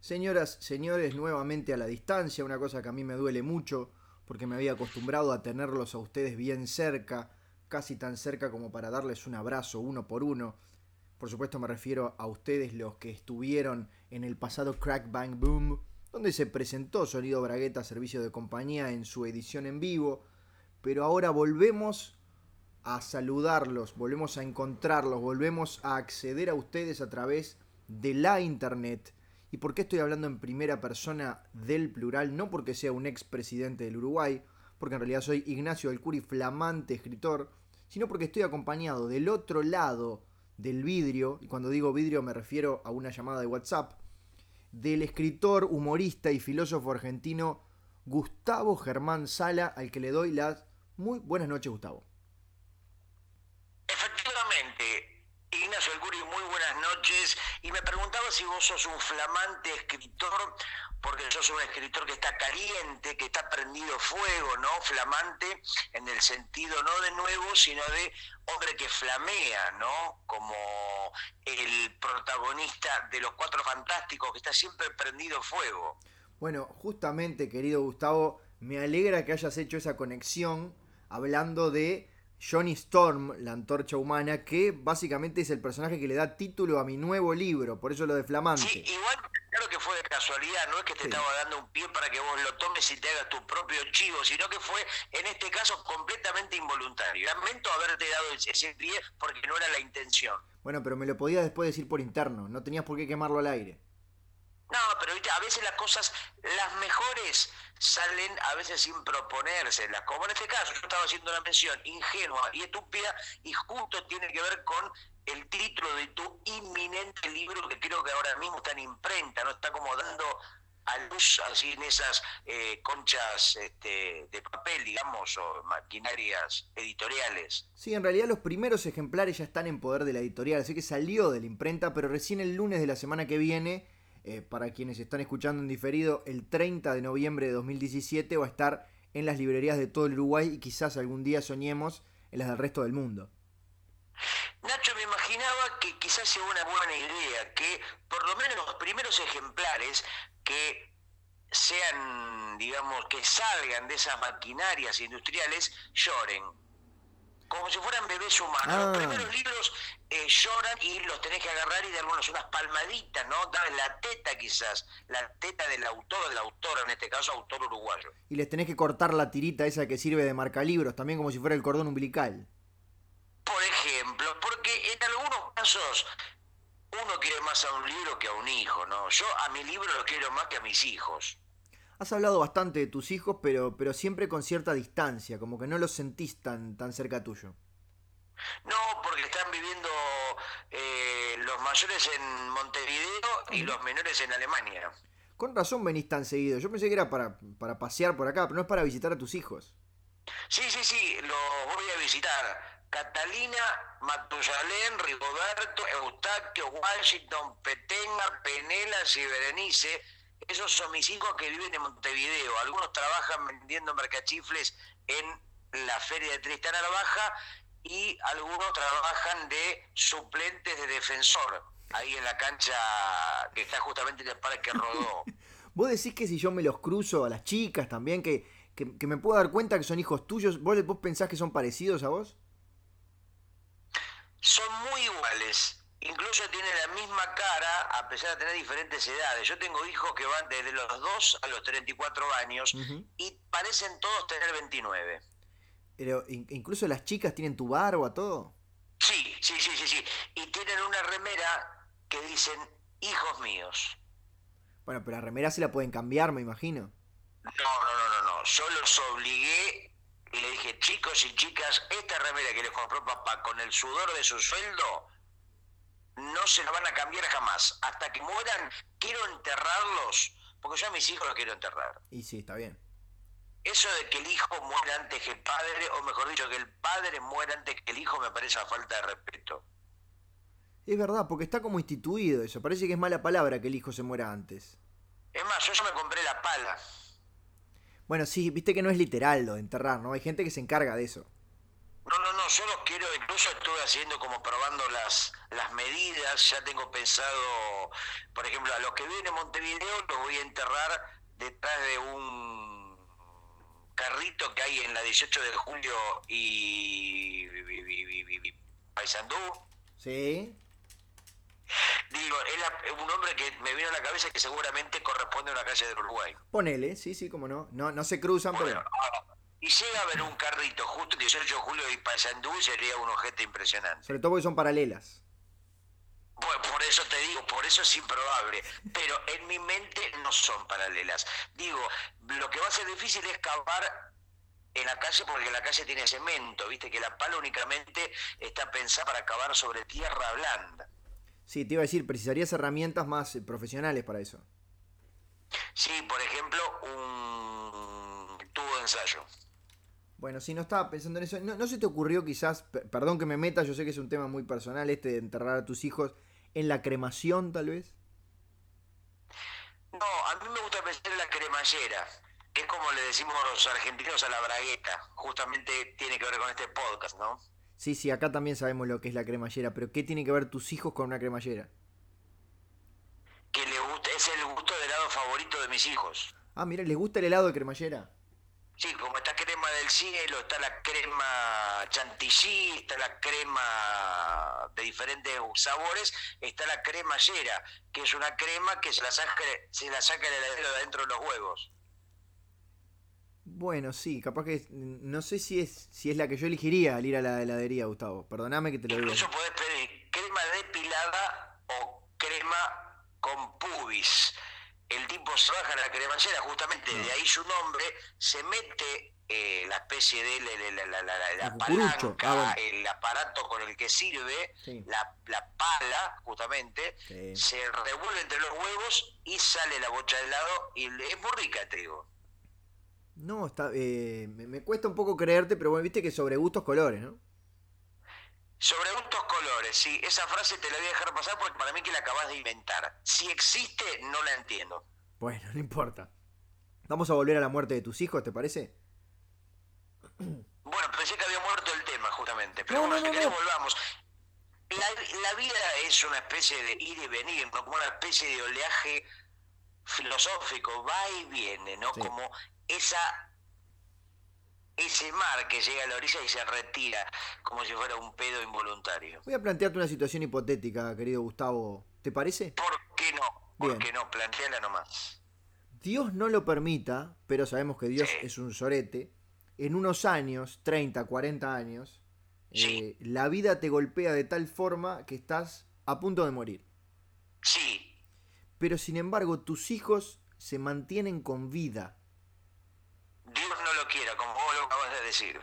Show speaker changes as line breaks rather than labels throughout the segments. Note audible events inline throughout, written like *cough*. Señoras, señores, nuevamente a la distancia, una cosa que a mí me duele mucho porque me había acostumbrado a tenerlos a ustedes bien cerca, casi tan cerca como para darles un abrazo uno por uno. Por supuesto me refiero a ustedes los que estuvieron en el pasado Crack Bang Boom, donde se presentó Sonido Bragueta Servicio de Compañía en su edición en vivo, pero ahora volvemos a saludarlos, volvemos a encontrarlos, volvemos a acceder a ustedes a través de la internet. ¿Y por qué estoy hablando en primera persona del plural? No porque sea un expresidente del Uruguay, porque en realidad soy Ignacio Alcuri, flamante escritor, sino porque estoy acompañado del otro lado del vidrio, y cuando digo vidrio me refiero a una llamada de WhatsApp, del escritor, humorista y filósofo argentino Gustavo Germán Sala, al que le doy las muy buenas noches, Gustavo.
Efectivamente, Ignacio Alcuri, muy buenas noches. Y me preguntaba si vos sos un flamante escritor, porque sos un escritor que está caliente, que está prendido fuego, ¿no? Flamante en el sentido no de nuevo, sino de hombre que flamea, ¿no? Como el protagonista de Los Cuatro Fantásticos, que está siempre prendido fuego.
Bueno, justamente, querido Gustavo, me alegra que hayas hecho esa conexión hablando de Johnny Storm, la antorcha humana, que básicamente es el personaje que le da título a mi nuevo libro, por eso lo de Flamante.
Sí, igual claro que fue de casualidad, no es que te
Sí.
estaba dando un pie para que vos lo tomes y te hagas tu propio chivo, sino que fue en este caso completamente involuntario. Lamento haberte dado ese- ese pie porque no era la intención.
Bueno, pero me lo podías después decir por interno, no tenías por qué quemarlo al aire.
No, pero viste, a veces las cosas, las mejores salen a veces sin proponérselas. Como en este caso, yo estaba haciendo una mención ingenua y estúpida y justo tiene que ver con el título de tu inminente libro que creo que ahora mismo está en imprenta, no está como dando a luz así en esas eh, conchas este, de papel, digamos, o maquinarias editoriales.
Sí, en realidad los primeros ejemplares ya están en poder de la editorial, así que salió de la imprenta, pero recién el lunes de la semana que viene, eh, para quienes están escuchando en diferido, el 30 de noviembre de 2017 va a estar en las librerías de todo el Uruguay y quizás algún día soñemos en las del resto del mundo.
Nacho, me imaginaba que quizás sea una buena idea que por lo menos los primeros ejemplares que sean, digamos, que salgan de esas maquinarias industriales lloren. Como si fueran bebés humanos.
Ah.
Los primeros libros eh, lloran y los tenés que agarrar y darles unas palmaditas, ¿no? Darles la teta quizás, la teta del autor o de la autora, en este caso autor uruguayo.
Y les tenés que cortar la tirita esa que sirve de marcalibros, también como si fuera el cordón umbilical.
Por ejemplo, porque en algunos casos uno quiere más a un libro que a un hijo, ¿no? Yo a mi libro lo quiero más que a mis hijos.
Has hablado bastante de tus hijos, pero, pero siempre con cierta distancia, como que no los sentís tan, tan cerca tuyo.
No, porque están viviendo eh, los mayores en Montevideo y los menores en Alemania.
Con razón venís tan seguido. Yo pensé que era para, para pasear por acá, pero no es para visitar a tus hijos.
Sí, sí, sí, los voy a visitar. Catalina, Matuyalén, Rigoberto, Eustaquio, Washington, Petenga, Penelas y Berenice. Esos son mis hijos que viven en Montevideo. Algunos trabajan vendiendo mercachifles en la feria de Tristana la Baja y algunos trabajan de suplentes de defensor, ahí en la cancha que está justamente en el Parque Rodó.
Vos decís que si yo me los cruzo a las chicas también, que, que, que me puedo dar cuenta que son hijos tuyos, ¿vos, vos pensás que son parecidos a vos?
son muy iguales. Incluso tienen la misma cara a pesar de tener diferentes edades. Yo tengo hijos que van desde los 2 a los 34 años
Ujú.
y parecen todos tener 29.
Pero in- incluso las chicas tienen tu barba, todo.
Sí, sí, sí, sí, sí. Y tienen una remera que dicen hijos míos.
Bueno, pero la remera se la pueden cambiar, me imagino.
No, no, no, no, no. Yo los obligué y le dije, chicos y chicas, esta remera que les compró papá con el sudor de su sueldo, no se la van a cambiar jamás. Hasta que mueran, quiero enterrarlos, porque yo a mis hijos los quiero enterrar.
Y sí, está bien.
Eso de que el hijo muera antes que el padre, o mejor dicho, que el padre muera antes que el hijo, me parece una falta de respeto.
Es verdad, porque está como instituido eso. Parece que es mala palabra que el hijo se muera antes.
Es más, yo ya me compré la pala.
Bueno, sí, viste que no es literal lo de enterrar, ¿no? Hay gente que se encarga de eso.
No, no, no, yo los quiero, incluso estuve haciendo como probando las, las medidas, ya tengo pensado, por ejemplo, a los que vienen a Montevideo los voy a enterrar detrás de un carrito que hay en la 18 de julio y, y- y- y- y Paysandú.
Sí.
Digo, es la- es un hombre que me vino a la cabeza que seguramente corresponde a una calle del Uruguay.
Ponele, sí, sí, cómo no. No, no se cruzan, pero.
Bueno, ahora, y llega a haber un carrito justo el 18 de julio y Paysandú sería un objeto impresionante.
Sobre todo porque son paralelas.
Bueno, por eso te digo, por eso es improbable. Pero en mi mente no son paralelas. Digo, lo que va a ser difícil es cavar en la calle porque la calle tiene cemento, viste que la pala únicamente está pensada para cavar sobre tierra blanda.
Sí, te iba a decir, precisarías herramientas más eh, profesionales para eso.
Sí, por ejemplo, un tubo de ensayo.
Bueno, si no estaba pensando en eso. ¿No, no se te ocurrió quizás, per- perdón que me meta, yo sé que es un tema muy personal este de enterrar a tus hijos en la cremación tal vez?
No, a mí me gusta pensar en la cremallera, que es como le decimos los argentinos a la bragueta. Justamente tiene que ver con este podcast, ¿no?
Sí, sí, acá también sabemos lo que es la cremallera, pero ¿qué tiene que ver tus hijos con una cremallera?
Que le gusta, es el gusto de helado favorito de mis hijos.
Ah, mira, ¿les gusta el helado de cremallera?
Sí, como está crema del cielo, está la crema chantilly, está la crema de diferentes sabores, está la crema yera, que es una crema que se la saca, se la saca el heladero de adentro de los huevos.
Bueno, sí, capaz que es- mm, no sé si es si es la que yo elegiría al ir a la heladería, Gustavo. Perdóname que te lo diga.
Incluso podés pedir crema depilada o crema con pubis. El tipo se baja la cremallera, justamente
Ah.
de ahí su nombre, se mete eh, la especie de la, la- la- la- la- la
El cucurucho,
palanca,
ah, bueno.
el aparato con el que sirve,
Sí.
la, la pala, justamente,
Sí.
se revuelve entre los huevos y sale la bocha de helado y le- es muy rica, te digo.
No, está, eh, me, me cuesta un poco creerte, pero bueno, viste que sobre gustos colores, ¿no?
Sobre gustos colores, sí, esa frase te la voy a dejar pasar porque para mí que la acabas de inventar. Si existe, no la entiendo.
Bueno, *laughs* no importa. Vamos a volver a la muerte de tus hijos, ¿te parece?
Bueno, pensé que había muerto el tema, justamente. Pero
No, no,
bueno, si
no,
querés,
no.
volvamos. La, la vida es una especie de ir y venir, ¿no? Como una especie de oleaje filosófico, va y viene, ¿no?
Sí.
Como esa ese mar que llega a la orilla y se retira, como si fuera un pedo involuntario.
Voy a plantearte una situación hipotética, querido Gustavo. ¿Te parece?
¿Por qué no? ¿Por
Bien.
qué no? Planteala nomás.
Dios no lo permita, pero sabemos que Dios
Sí.
es un sorete. En unos años, 30, 40 años,
Sí.
eh, la vida te golpea de tal forma que estás a punto de morir.
Sí,
Pero sin embargo, tus hijos se mantienen con vida.
Dios no lo quiera, como vos lo acabas de decir.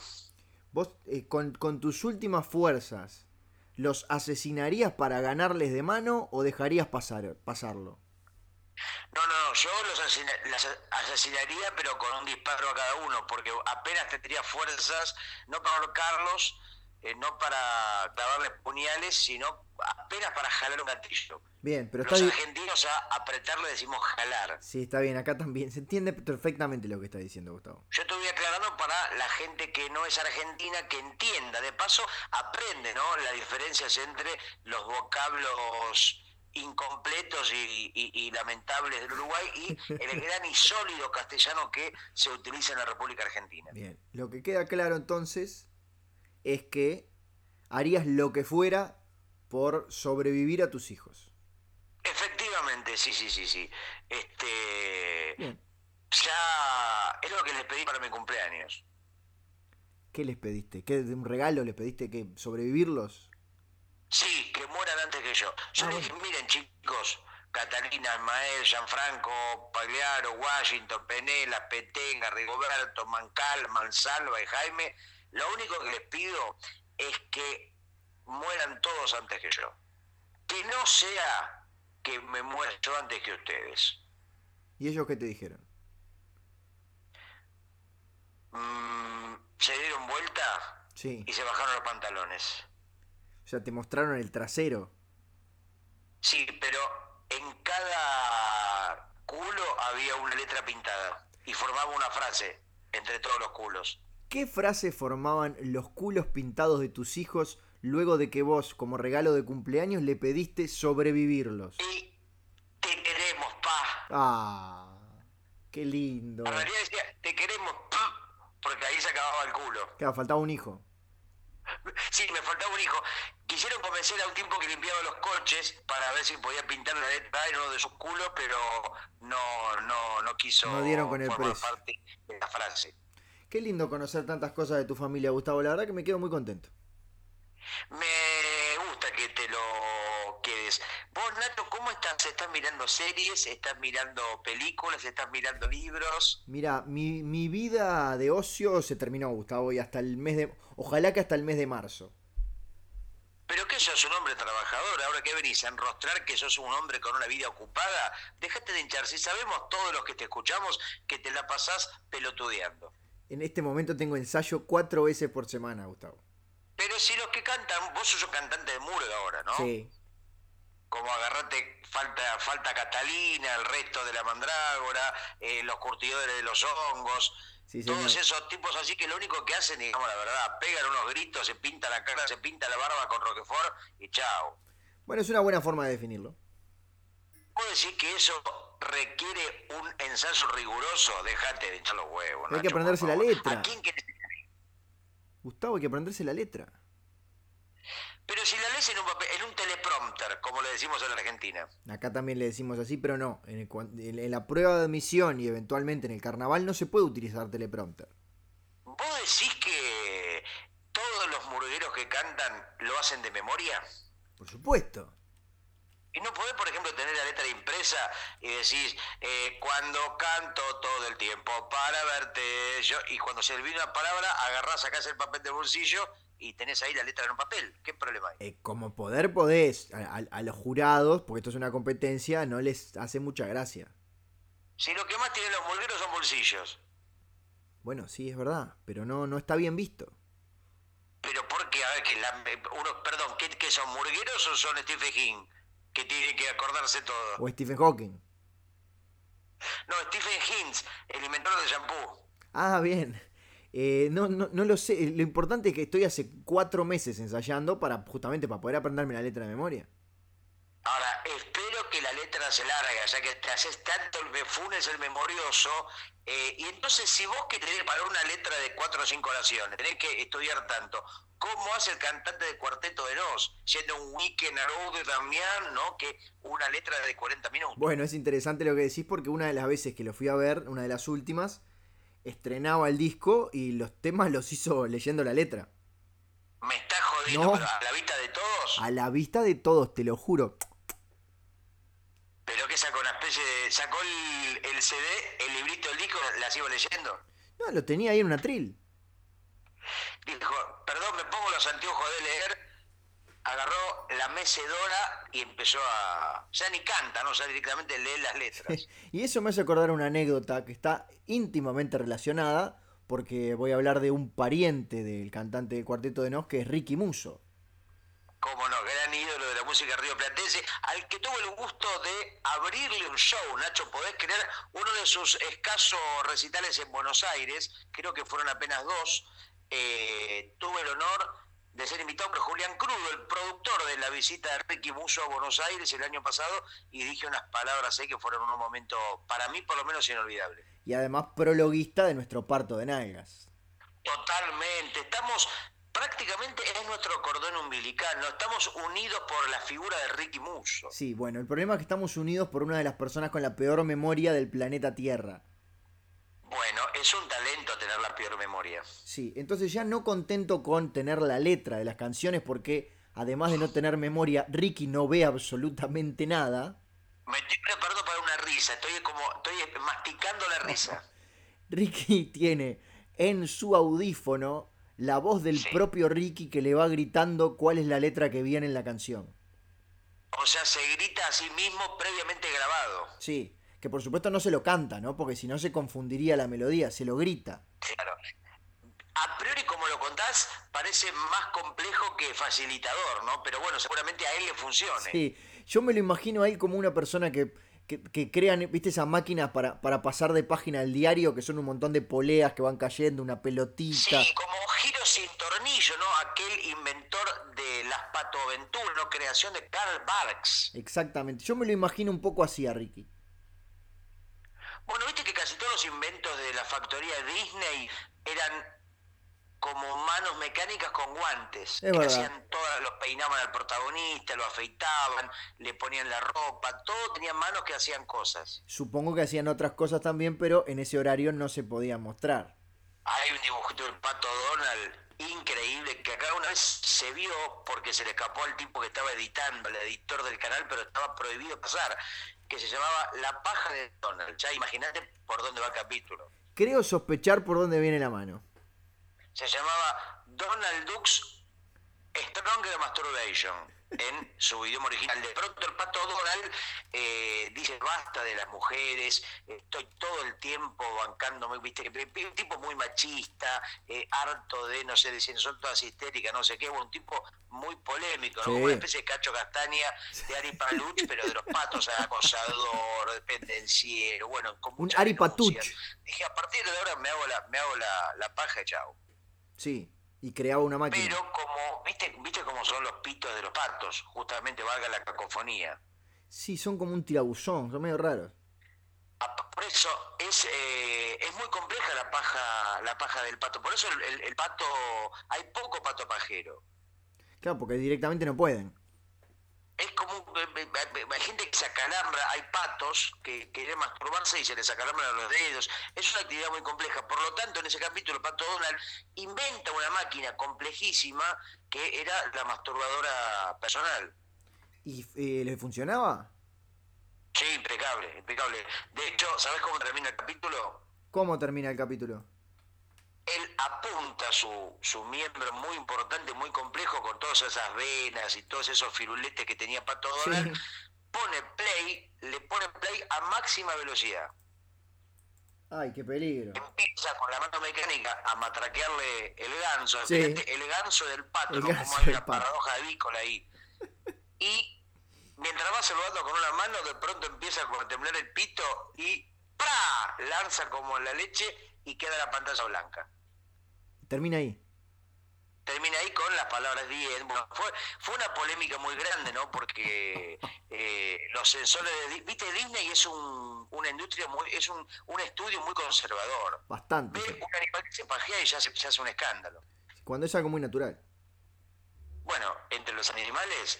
Vos, eh, con, con tus últimas fuerzas, ¿los asesinarías para ganarles de mano o dejarías pasar, pasarlo?
No, no, no, yo los asesina- las a- asesinaría, pero con un disparo a cada uno, porque apenas tendría fuerzas, no para ahorcarlos, eh, no para clavarles puñales, sino apenas para jalar un gatillo.
Bien, pero
Los
está, di-
argentinos a apretar le decimos jalar.
Sí, está bien, acá también. Se entiende perfectamente lo que está diciendo Gustavo.
Yo te voy aclarando para la gente que no es argentina, que entienda, de paso aprende, ¿no? Las diferencias entre los vocablos incompletos y, y- y lamentables del Uruguay y el gran y sólido castellano que se utiliza en la República Argentina.
Bien. Lo que queda claro entonces es que harías lo que fuera por sobrevivir a tus hijos.
Efectivamente, sí, sí, sí, sí. Este,
Bien.
ya es lo que les pedí para mi cumpleaños.
¿Qué les pediste? ¿Qué, de un regalo les pediste que sobrevivirlos?
Sí, que mueran antes que yo. Yo
Ah,
le dije, miren chicos, Catalina, Ismael, Gianfranco, Pagliaro, Washington, Penela, Petenga, Rigoberto, Mancal, Mansalva y Jaime, lo único que les pido es que mueran todos antes que yo. Que no sea que me muera yo antes que ustedes.
¿Y ellos qué te dijeron?
Mm, se dieron vuelta
Sí.
y se bajaron los pantalones.
O sea, te mostraron el trasero.
Sí, pero en cada culo había una letra pintada y formaba una frase entre todos los culos.
¿Qué frase formaban los culos pintados de tus hijos luego de que vos, como regalo de cumpleaños, le pediste sobrevivirlos?
Y te queremos, pa.
Ah, qué lindo.
En realidad decía, te queremos, pa, porque ahí se acababa el culo.
Claro, faltaba un hijo.
Sí, me faltaba un hijo. Quisieron convencer a un tipo que limpiaba los coches para ver si podía pintar la letra en uno de sus culos, pero no, no, no quiso
No dieron con el
formar
precio.
parte de la frase.
Qué lindo conocer tantas cosas de tu familia, Gustavo. La verdad que me quedo muy contento.
Me gusta que te lo quedes. Vos, Nato, ¿cómo estás? ¿Estás mirando series? ¿Estás mirando películas? ¿Estás mirando libros?
Mira, mi, mi vida de ocio se terminó, Gustavo, y hasta el mes de... Ojalá que hasta el mes de marzo.
Pero que sos un hombre trabajador, ahora que venís a enrostrar que sos un hombre con una vida ocupada, déjate de hinchar, si sabemos todos los que te escuchamos que te la pasás pelotudeando.
En este momento tengo ensayo cuatro veces por semana, Gustavo.
Pero si los que cantan, vos sos un cantante de murga ahora, ¿no?
Sí.
Como agarrate falta, falta Catalina, el resto de la mandrágora, eh, los curtidores de los hongos,
Sí, señor.
todos esos tipos así que lo único que hacen, digamos la verdad, pegan unos gritos, se pinta la cara, se pinta la barba con Roquefort y chao.
Bueno, es una buena forma de definirlo.
Puedo decir que eso requiere un ensayo riguroso, dejate de echar los huevos.
Hay que
Nacho, por
aprenderse la
favor.
letra.
¿A quién querés?
Gustavo, hay que aprenderse la letra.
Pero si la lees en un, papel- en un teleprompter, como le decimos en la Argentina.
Acá también le decimos así, pero no. En, el cuan- en- en la prueba de admisión y eventualmente en el carnaval no se puede utilizar teleprompter.
¿Vos decís que todos los murgueros que cantan lo hacen de memoria?
Por supuesto.
Y no podés, por ejemplo, tener la letra impresa y decís, eh, cuando canto todo el tiempo para verte yo, y cuando se olvida una palabra, agarrás, sacás el papel del bolsillo y tenés ahí la letra en un papel. ¿Qué problema hay?
Eh, como poder podés, a, a- a los jurados, porque esto es una competencia, no les hace mucha gracia.
Si lo que más tienen los murgueros son bolsillos.
Bueno, sí, es verdad, pero no, no está bien visto.
Pero porque, a ver, que la, uno, perdón, ¿qué, qué son murgueros o son Stephen King? Que tiene que acordarse todo.
O Stephen Hawking.
No, Stephen Hines, el inventor del shampoo.
Ah, bien. Eh, no, no, no lo sé. Lo importante es que estoy hace cuatro meses ensayando para justamente para poder aprenderme la letra de memoria.
Ahora, espero que la letra se larga, ya que te haces tanto el befunes, el memorioso. eh, y entonces, si vos querés para una letra de cuatro o cinco oraciones, tenés que estudiar tanto. ¿Cómo hace el cantante de Cuarteto de Nos, siendo un weekend de Damián, ¿no? Que una letra de 40 minutos.
Bueno, es interesante lo que decís porque una de las veces que lo fui a ver, una de las últimas, estrenaba el disco y los temas los hizo leyendo la letra.
Me está jodiendo,
No.
pero a la vista de todos.
A la vista de todos, te lo juro.
Pero que sacó una especie de. Sacó el, el CD, el librito, el disco, la sigo leyendo.
No, lo tenía ahí en un atril.
Dijo, perdón, me pongo los anteojos de leer. Agarró la mecedora y empezó a. Ya ni canta, ¿no? Ya directamente lee las letras.
Y eso me hace acordar una anécdota que está íntimamente relacionada porque voy a hablar de un pariente del cantante de Cuarteto de Nos que es Ricky Muso.
Como no, gran ídolo de la música rioplatense, al que tuvo el gusto de abrirle un show, Nacho, podés creer, uno de sus escasos recitales en Buenos Aires, creo que fueron apenas dos, eh, tuve el honor de ser invitado por Julián Crudo, el productor de la visita de Ricky Musso a Buenos Aires el año pasado, y dije unas palabras ahí que fueron un momento, para mí por lo menos, inolvidable.
y además prologuista de nuestro parto de nalgas.
Totalmente, estamos prácticamente, es nuestro cordón umbilical, ¿no? estamos unidos por la figura de Ricky Musso.
Sí, bueno, el problema es que estamos unidos por una de las personas con la peor memoria del planeta Tierra.
Bueno, es un talento tener la peor memoria.
Sí, entonces ya no contento con tener la letra de las canciones porque además de no tener memoria, Ricky no ve absolutamente nada.
Me estoy preparando para una risa, estoy como, estoy masticando la risa.
Ricky *laughs* tiene en su audífono la voz del
Sí.
propio Ricky que le va gritando cuál es la letra que viene en la canción.
O sea, se grita a sí mismo previamente grabado.
Sí, que por supuesto no se lo canta, ¿no? Porque si no se confundiría la melodía, se lo grita.
Claro. A priori, como lo contás, parece más complejo que facilitador, ¿no? Pero bueno, seguramente a él le funcione.
Sí, yo me lo imagino a él como una persona que que, que crean, viste, esas máquinas para, para pasar de página al diario, que son un montón de poleas que van cayendo, una pelotita.
Sí, como giro sin tornillo, ¿no? Aquel inventor de las patoventuras, ¿no? Creación de Karl Barks.
Exactamente. Yo me lo imagino un poco así a Ricky.
Bueno, viste que casi todos los inventos de la factoría Disney eran como manos mecánicas con guantes.
Es verdad.
Hacían todas, los peinaban al protagonista, lo afeitaban, le ponían la ropa, todo tenían manos que hacían cosas.
Supongo que hacían otras cosas también, pero en ese horario no se podía mostrar.
Hay un dibujito del pato Donald increíble que acá una vez se vio porque se le escapó al tipo que estaba editando, el editor del canal, pero estaba prohibido pasar, que se llamaba La paja de Donald. Ya imagínate por dónde va el capítulo.
Creo sospechar por dónde viene la mano.
se llamaba Donald Duck's Stronger Masturbation en su idioma original. De pronto el pato Donald eh, dice basta de las mujeres, estoy todo el tiempo bancándome, viste, un tipo muy machista, eh, harto de, no sé, diciendo son todas histéricas, no sé qué, bueno, un tipo muy polémico, ¿no?
Sí.
Como una especie de cacho castaña de Ari Paluch, pero de los patos, acosador, dependenciero, bueno, con
Un
muchas
Ari Patuch.
denuncias. Dije, a partir de ahora me hago la, me hago la, la paja, chao.
Sí, y creaba una máquina.
Pero como, viste, viste cómo son los pitos de los patos, justamente valga la cacofonía.
Sí, son como un tirabuzón, son medio raros.
Ah, Por eso es, eh, es muy compleja la paja, la paja del pato. Por eso el, el- el pato, hay poco pato pajero.
Claro, porque directamente no pueden.
Es como un- eh, hay gente que se acalambra, hay patos que quieren masturbarse y se les acalambran los dedos. Es una actividad muy compleja. Por lo tanto, en ese capítulo, el Pato Donald inventa una máquina complejísima que era la masturbadora personal.
¿Y eh, les funcionaba?
Sí, impecable, impecable. De hecho, ¿sabes cómo termina el capítulo?
¿Cómo termina el capítulo?
Él apunta su, su miembro muy importante, muy complejo, con todas esas venas y todos esos firuletes que tenía Pato
Sí.
Donald, pone play, le pone play a máxima velocidad.
Ay, qué peligro.
Empieza con la mano mecánica a matraquearle el ganso,
Sí.
fíjate, el ganso del pato,
El
¿no?
ganso
como hay
del
una
pato.
paradoja avícola ahí. Y mientras va saludando con una mano, de pronto empieza como a temblar el pito y ¡pra! lanza como la leche y queda la pantalla blanca.
Termina ahí.
termina ahí con las palabras 10. Bueno, fue, fue una polémica muy grande, ¿no? Porque eh, los sensores de Di- viste, Disney es un, una industria muy, es un, un estudio muy conservador.
Bastante.
Ve un animal que se pajea y ya se, se hace un escándalo.
Cuando es algo muy natural.
Bueno, entre los animales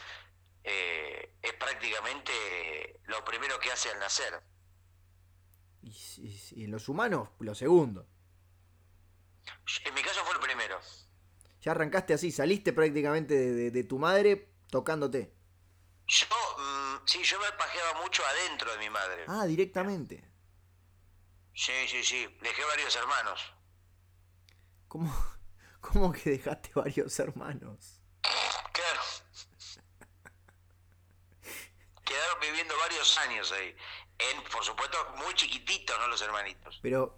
eh, es prácticamente lo primero que hace al nacer.
Y, y- y en los humanos, lo segundo.
En mi caso fue el primero.
Ya arrancaste así, saliste prácticamente de, de- de tu madre tocándote.
Yo, mm, sí, yo me pajeaba mucho adentro de mi madre.
Ah, directamente.
Sí, sí, sí. Dejé varios hermanos.
¿Cómo, *laughs* cómo que dejaste varios hermanos?
Claro. Quedaron viviendo varios años ahí. En, por supuesto, muy chiquititos, ¿no? Los hermanitos.
Pero,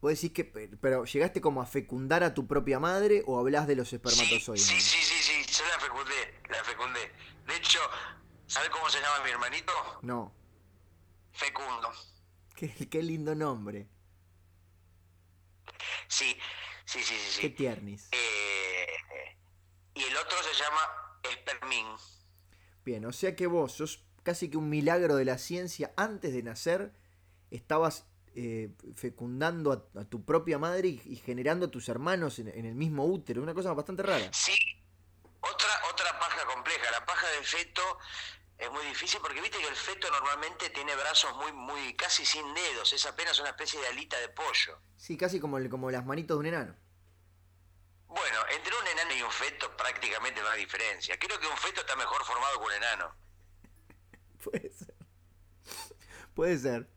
vos decís que. Pero, ¿llegaste como a fecundar a tu propia madre o hablás de los
Sí,
espermatozoides?
sí, sí, sí, sí, yo la fecundé, la fecundé. De hecho, ¿sabes cómo se llama mi hermanito?
No.
Fecundo.
Qué, qué lindo nombre.
Sí, sí, sí, sí.
Qué
sí.
tiernis.
Eh, y el otro se llama Espermín.
Bien, o sea que vos sos casi que un milagro de la ciencia. Antes de nacer, estabas eh, fecundando a, a tu propia madre y, y generando a tus hermanos en, en el mismo útero. Una cosa bastante rara.
Sí, otra, otra paja compleja. La paja del feto es muy difícil porque viste que el feto normalmente tiene brazos muy, muy, casi sin dedos. Es apenas una especie de alita de pollo.
Sí, casi como, el- como las manitos de un enano.
Bueno, entre un enano y un feto prácticamente no hay diferencia. Creo que un feto está mejor formado que un enano.
*laughs* Puede ser. Puede ser.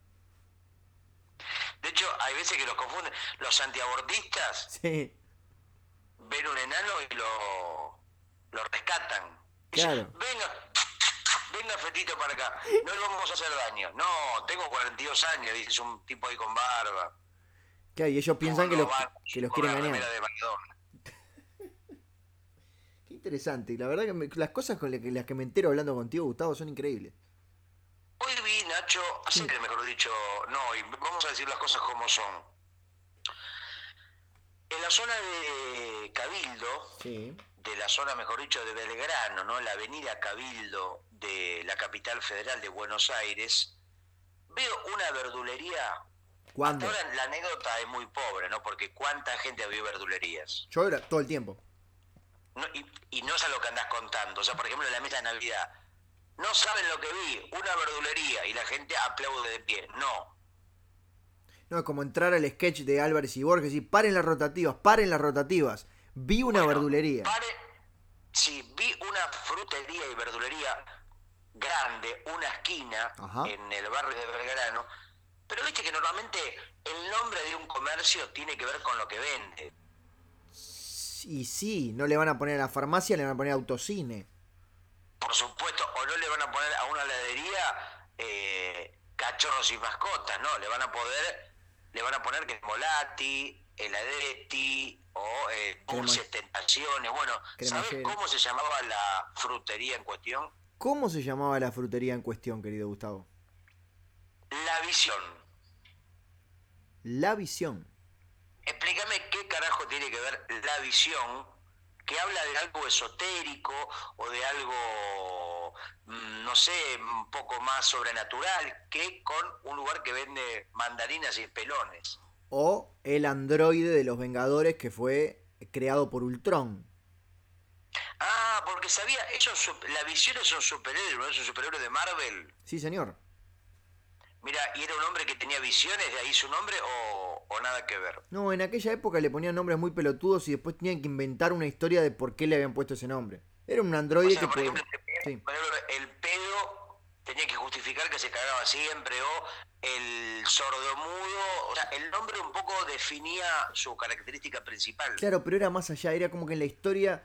De hecho, hay veces que los confunden. Los antiabortistas
Sí.
ven un enano y lo, lo rescatan.
Claro.
Dicen, Venga, venga fetito para acá. No le vamos a hacer daño. No, tengo 42 años, dices un tipo ahí con barba.
Claro, y ellos piensan que
Como
los,
van
que los
con
quieren
la
engañar.
remera de Maradona.
Qué interesante. Y la verdad que me- las cosas con las que, las que me entero hablando contigo, Gustavo, son increíbles.
Hoy vi, Nacho, así mejor dicho, no, y vamos a decir las cosas como son. En la zona de Cabildo,
Sí.
de la zona, mejor dicho, de Belgrano, ¿no? La avenida Cabildo de la capital federal de Buenos Aires, veo una verdulería.
¿Cuándo?
Ahora la anécdota es muy pobre, ¿no? Porque cuánta gente vio verdulerías.
Yo era todo el tiempo.
No, y, y no es a lo que andás contando. O sea, por ejemplo, la mesa de Navidad. No saben lo que vi, una verdulería, y la gente aplaude de pie. No.
No, es como entrar al sketch de Álvarez y Borges y paren las rotativas, paren las rotativas. Vi una
Bueno,
verdulería.
pare- sí, vi una frutería y verdulería grande, una esquina
Ajá.
en el barrio de Belgrano. Pero viste que normalmente el nombre de un comercio tiene que ver con lo que vende.
Y sí, no le van a poner a la farmacia, le van a poner autocine.
Por supuesto, o no le van a poner a una heladería eh, cachorros y mascotas, no, le van a poder, le van a poner que Molati, Heladetti, o eh,
Crema-
Dulces Tentaciones, bueno, ¿sabes
Cremallera.
cómo se llamaba la frutería en cuestión?
¿Cómo se llamaba la frutería en cuestión, querido Gustavo?
La visión.
La visión.
Explícame qué carajo tiene que ver la visión que habla de algo esotérico o de algo, mm, no sé, un poco más sobrenatural que con un lugar que vende mandarinas y pelones.
O el androide de los Vengadores que fue creado por Ultron.
Ah, porque sabía, ellos, su- la visión es un superhéroe, ¿no? es un superhéroe de Marvel.
Sí, señor.
Mira, ¿y era un hombre que tenía visiones, de ahí su nombre o, o nada que ver?
No, en aquella época le ponían nombres muy pelotudos y después tenían que inventar una historia de por qué le habían puesto ese nombre. Era un
O
androide
sea,
que
por
podía...
ejemplo,
Sí.
por ejemplo, el pedo tenía que justificar que se cagaba siempre, o el sordomudo, o sea, el nombre un poco definía su característica principal.
Claro, pero era más allá, era como que en la historia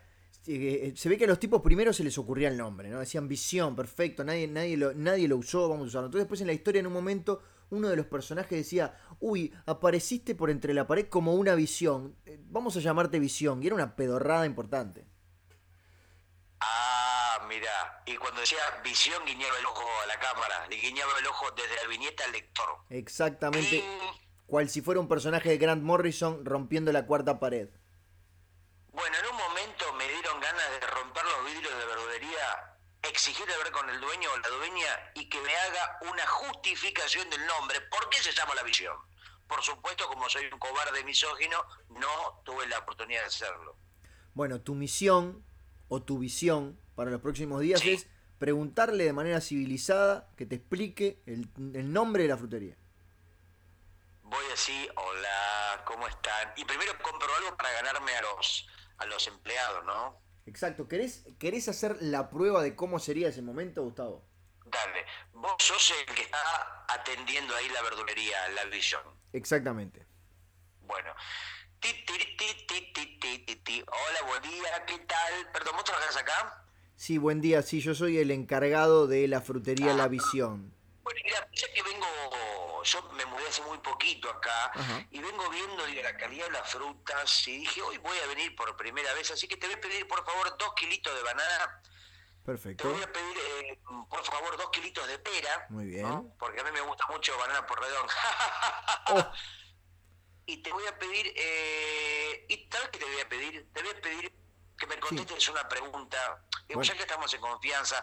eh, se ve que a los tipos primero se les ocurría el nombre, ¿no? Decían visión, perfecto, nadie, nadie, lo, nadie lo usó, vamos a usarlo. Entonces después en la historia en un momento uno de los personajes decía, uy, apareciste por entre la pared como una visión, eh, vamos a llamarte visión, y era una pedorrada importante.
Ah, mira, y cuando decía visión, guiñaba el ojo a la cámara, le guiñaba el ojo desde la viñeta al lector.
Exactamente,
Cling.
cual si fuera un personaje de Grant Morrison rompiendo la cuarta pared.
Bueno, en un momento me dieron ganas de romper los vidrios de verdulería, exigir hablar con el dueño o la dueña y que me haga una justificación del nombre. ¿Por qué se llama la visión? Por supuesto, como soy un cobarde misógino, no tuve la oportunidad de hacerlo.
Bueno, tu misión o tu visión para los próximos días
Sí.
es preguntarle de manera civilizada que te explique el, el nombre de la frutería.
Voy así, hola, ¿cómo están? Y primero compro algo para ganarme a los, a los empleados, ¿no?
Exacto. ¿Querés, ¿Querés hacer la prueba de cómo sería ese momento, Gustavo?
Dale, vos sos el que está atendiendo ahí la verdulería, la visión.
Exactamente.
Bueno. Ti, tiri, ti, ti, ti, ti, ti, ti. Hola, buen día, ¿qué tal? Perdón, ¿vos trabajás acá?
Sí, buen día. Sí, yo soy el encargado de la frutería
Ah.
La Visión.
Bueno, mira, ya que vengo, yo me mudé hace muy poquito acá
Ajá.
y vengo viendo digo, la calidad de las frutas y dije, hoy voy a venir por primera vez, así que te voy a pedir por favor dos kilitos de banana, te
Perfecto.
voy a pedir eh, por favor dos kilitos de pera,
Muy bien.
¿no? porque a mí me gusta mucho banana por redón. *laughs*
Oh,
y te voy a pedir, eh, ¿y sabes qué te voy a pedir? Te voy a pedir que me contestes una pregunta, Eh,
Bueno.
ya que estamos en confianza.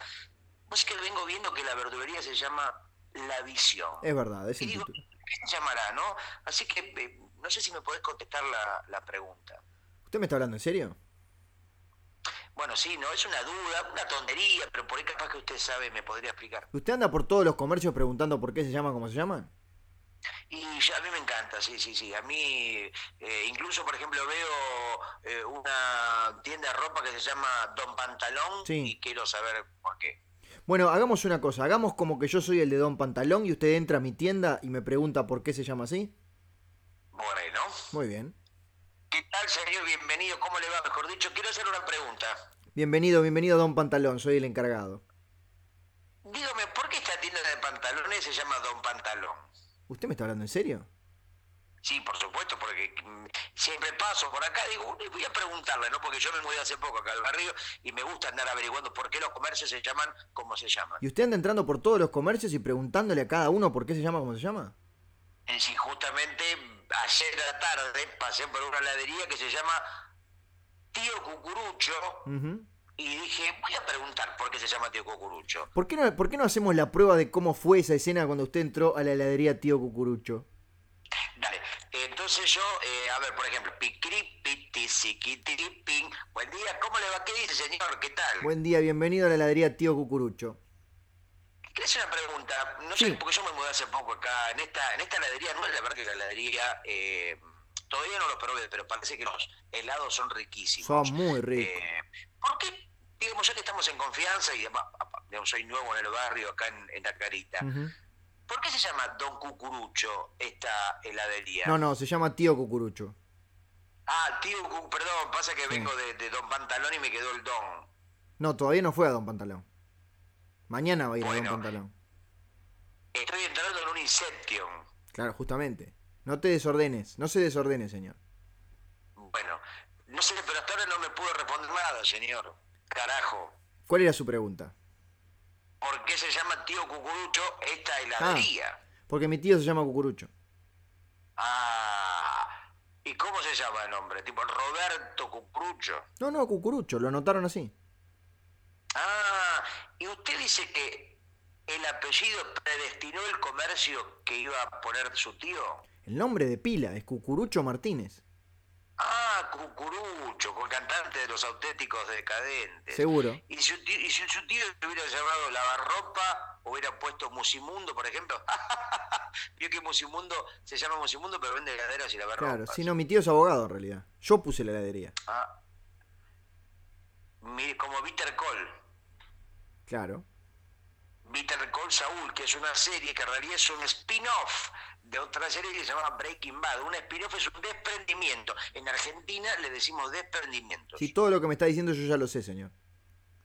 Pues que vengo viendo que la verdulería se llama La Visión.
es verdad, es
y
el
digo,
título.
¿qué se llamará, no? Así que eh, no sé si me podés contestar la, la pregunta.
¿Usted me está hablando en serio?
Bueno, sí, no, es una duda, una tontería, pero por ahí capaz que usted sabe, me podría explicar.
¿Usted anda por todos los comercios preguntando por qué se llaman como se llaman?
Y ya- a mí me encanta, sí, sí, sí. A mí, eh, incluso, por ejemplo, veo eh, una tienda de ropa que se llama Don Pantalón
Sí.
y quiero saber por qué.
Bueno, hagamos una cosa, hagamos como que yo soy el de Don Pantalón y usted entra a mi tienda y me pregunta por qué se llama así.
Bueno,
Muy bien.
¿qué tal, señor? Bienvenido, ¿cómo le va? Mejor dicho, quiero hacer una pregunta.
Bienvenido, bienvenido Don Pantalón, soy el encargado.
Dígame, ¿por qué esta tienda de pantalones se llama Don Pantalón?
¿Usted me está hablando en serio?
Sí, por supuesto, porque mm, siempre paso por acá, digo, voy a preguntarle, ¿no? Porque yo me mudé hace poco acá al barrio y me gusta andar averiguando por qué los comercios se llaman como se llaman.
¿Y usted anda entrando por todos los comercios y preguntándole a cada uno por qué se llama como se llama?
Eh, Sí, justamente ayer a la tarde pasé por una heladería que se llama Tío Cucurucho
Ujú.
y dije, voy a preguntar por qué se llama Tío Cucurucho.
¿Por qué, no, ¿Por qué no hacemos la prueba de cómo fue esa escena cuando usted entró a la heladería Tío Cucurucho?
Dale, entonces yo, eh, a ver, por ejemplo, picri, piti, siquitiri, pin. Buen día, ¿cómo le va? ¿Qué dice, señor? ¿Qué tal?
Buen día, bienvenido a la heladería Tío Cucurucho.
Quiero hacer una pregunta, no
Sí.
sé, porque yo me mudé hace poco acá, en esta, en esta heladería, no es la verdad que la heladería, eh, todavía no lo probé, pero parece que los helados son riquísimos.
Son muy ricos.
Eh, ¿Por qué, digamos, ya que estamos en confianza y apa- apa- digamos, soy nuevo en el barrio acá en, en la carita,
Ujú.
¿por qué se llama Don Cucurucho esta heladería?
No, no, se llama Tío Cucurucho.
Ah, tío, Cu- perdón, pasa que vengo de, de Don Pantalón y me quedó el don.
No, todavía no fue a Don Pantalón. Mañana va a ir a
Bueno.
Don Pantalón.
Estoy entrando en un Inception.
Claro, justamente. No te desordenes, no se desordene, señor.
Bueno, no sé, pero hasta ahora no me pudo responder nada, señor. Carajo.
¿Cuál era su pregunta?
¿Por qué se llama Tío Cucurucho esta heladería?
Porque mi tío se llama Cucurucho.
Ah. ¿Y cómo se llama el nombre? Tipo Roberto Cucurucho.
No, no, Cucurucho, lo anotaron así.
Ah. ¿Y usted dice que el apellido predestinó el comercio que iba a poner su tío?
El nombre de pila es Cucurucho Martínez.
Ah, Cucurucho, con cantante de los auténticos decadentes.
Seguro.
¿Y si, un tío- y si su tío se hubiera llamado Lavarropa, hubiera puesto Musimundo, por ejemplo? *laughs* Vio que Musimundo se llama Musimundo, pero vende heladeras y lavarropas.
Claro, si no, mi tío es abogado en realidad. Yo puse la heladería.
Ah. Mire, como Bitter Call.
Claro.
Bitter Call Saúl, que es una serie que en realidad es un spin-off de otra serie que se llama Breaking Bad. Un spin-off es un desprendimiento. En Argentina le decimos desprendimientos.
Si todo lo que me está diciendo yo ya lo sé, señor.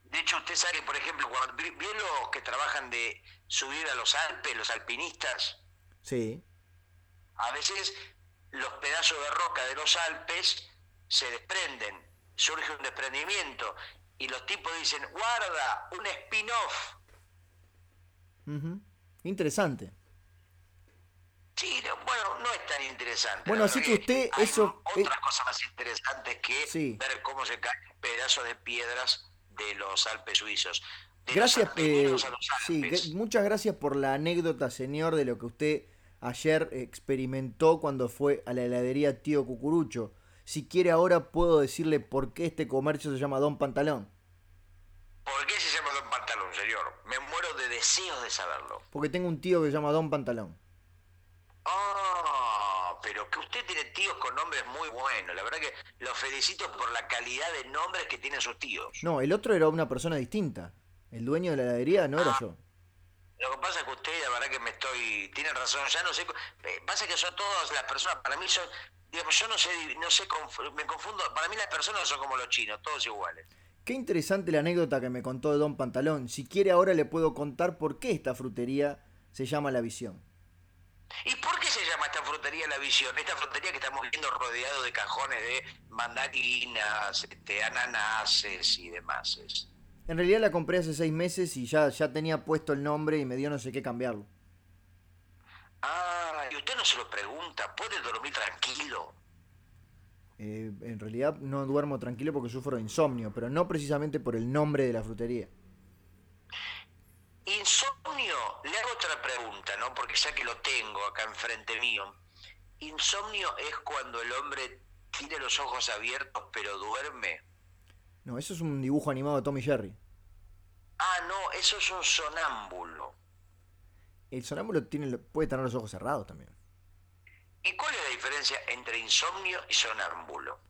De hecho, usted sabe, por ejemplo, cuando vi- ¿vio los que trabajan de subir a los Alpes, los alpinistas?
Sí.
A veces los pedazos de roca de los Alpes se desprenden, surge un desprendimiento, y los tipos dicen, guarda, un spin-off.
Ujú. Interesante.
Sí, no, bueno, no es tan interesante.
Bueno,
la
así
verdad
que usted
hay
eso- eh,
Otras cosas más interesantes que
Sí.
ver cómo se caen pedazos de piedras de los Alpes suizos. De los
Gracias, eh,
alpinos a los
sí,
Alpes.
gra- muchas gracias por la anécdota, señor, de lo que usted ayer experimentó cuando fue a la heladería Tío Cucurucho. Si quiere ahora puedo decirle por qué este comercio se llama Don Pantalón.
¿Por qué se llama Don Pantalón, señor? Me muero de deseos de saberlo.
Porque tengo un tío que se llama Don Pantalón.
Ah, pero que usted tiene tíos con nombres muy buenos. La verdad que los felicito por la calidad de nombres que tienen sus tíos.
No, el otro era una persona distinta. El dueño de la heladería no era
Ah.
yo.
Lo que pasa es que usted, la verdad que me estoy... Tiene razón, ya no sé... cu- eh, Pasa que son todas las personas, para mí son... Digamos, yo no sé, divi- no sé, conf- me confundo. Para mí las personas son como los chinos, todos iguales.
Qué interesante la anécdota que me contó de Don Pantalón. Si quiere ahora le puedo contar por qué esta frutería se llama La Visión.
¿Y por qué se llama esta frutería La Visión? Esta frutería que estamos viendo rodeado de cajones de mandarinas, este, ananases y demás.
En realidad la compré hace seis meses y ya, ya tenía puesto el nombre y me dio no sé qué cambiarlo.
Ah, y usted no se lo pregunta, ¿puede dormir tranquilo?
Eh, en realidad no duermo tranquilo porque sufro de insomnio, pero no precisamente por el nombre de la frutería.
Insomnio, le hago otra pregunta, ¿no? Porque ya que lo tengo acá enfrente mío. Insomnio es cuando el hombre tiene los ojos abiertos pero duerme.
No, eso es un dibujo animado de Tommy Jerry.
Ah, no, eso es un sonámbulo.
El sonámbulo tiene, puede tener los ojos cerrados también.
¿Y cuál es la diferencia entre insomnio y sonámbulo?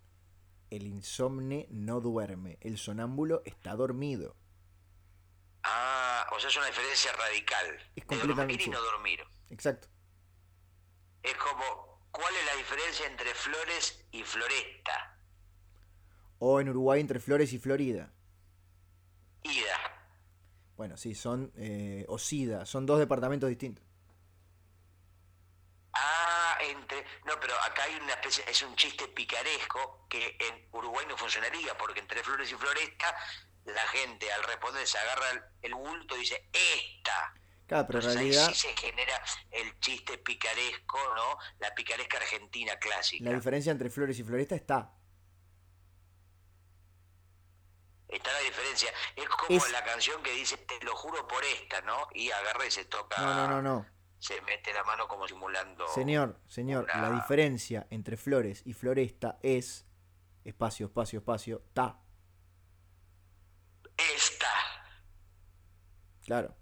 El insomne no duerme, el sonámbulo está dormido.
Ah, o sea, es una diferencia radical.
Es
de dormir
completamente-
y no dormir.
Exacto.
Es como, ¿cuál es la diferencia entre flores y floresta?
O en Uruguay entre Flores y Florida.
Ida.
Bueno, sí, son eh, Osida, son dos departamentos distintos.
Ah, entre... No, pero acá hay una especie, es un chiste picaresco que en Uruguay no funcionaría, porque entre flores y floresta la gente al responder se agarra el, el bulto y dice, esta.
Claro, pero en
Entonces, ahí
realidad
Ah, sí se genera el chiste picaresco, ¿no? La picaresca argentina clásica.
la diferencia entre flores y floresta está.
Está la diferencia. Es como
Es-
la canción que dice, te lo juro por esta, ¿no? Y agarra y se toca,
No, no, no, no.
se mete la mano como simulando...
Señor, señor, la
Una-
diferencia entre flores y floresta es espacio, espacio, espacio, ta.
Esta.
Claro.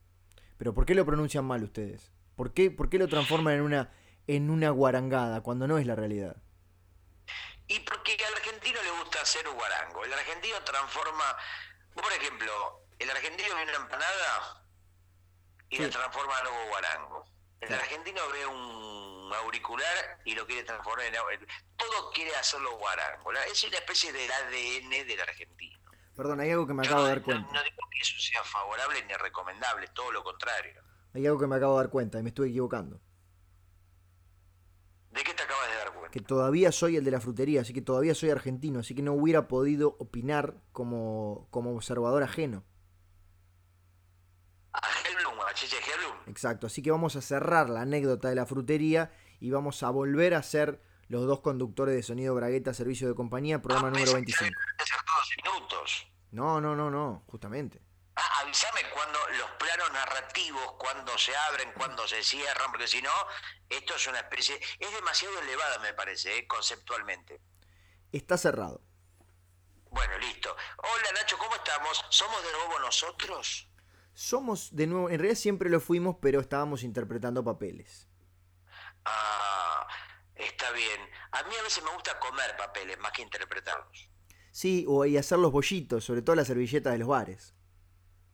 Pero ¿por qué lo pronuncian mal ustedes? ¿Por qué, por qué lo transforman en una, en una guarangada cuando no es la realidad?
Y porque al argentino le gusta hacer un guarango. El argentino transforma, por ejemplo, el argentino ve una empanada y la
Sí.
transforma en un guarango. El
Sí.
argentino ve un auricular y lo quiere transformar en... au- Todo quiere hacerlo guarango. La- Es una especie del ADN del argentino.
Perdón, hay algo que me
Yo
acabo de dar
no-
cuenta.
no digo que eso sea favorable ni recomendable, todo lo contrario.
Hay algo que me acabo de dar cuenta y me estuve equivocando.
¿De qué te acabas de dar cuenta?
Que todavía soy el de la frutería, así que todavía soy argentino, así que no hubiera podido opinar como, como observador ajeno.
A Hellblum, a Cheche Hellblum.
Exacto, así que vamos a cerrar la anécdota de la frutería y vamos a volver a ser los dos conductores de Sonido Bragueta, servicio de compañía, programa
Ah,
número
pensé que
25.
iban a ser todos minutos.
No, no, no, no, justamente.
Ah, avísame cuando los planos narrativos, cuando se abren, cuando se cierran, porque si no, esto es una especie, es demasiado elevada me parece, eh, conceptualmente.
Está cerrado.
Bueno, listo. Hola Nacho, ¿cómo estamos? ¿Somos de nuevo nosotros?
Somos de nuevo, en realidad siempre lo fuimos, pero estábamos interpretando papeles.
Ah, está bien. A mí a veces me gusta comer papeles más que interpretarlos.
Sí, o y hacer los bollitos, sobre todo las servilletas de los bares.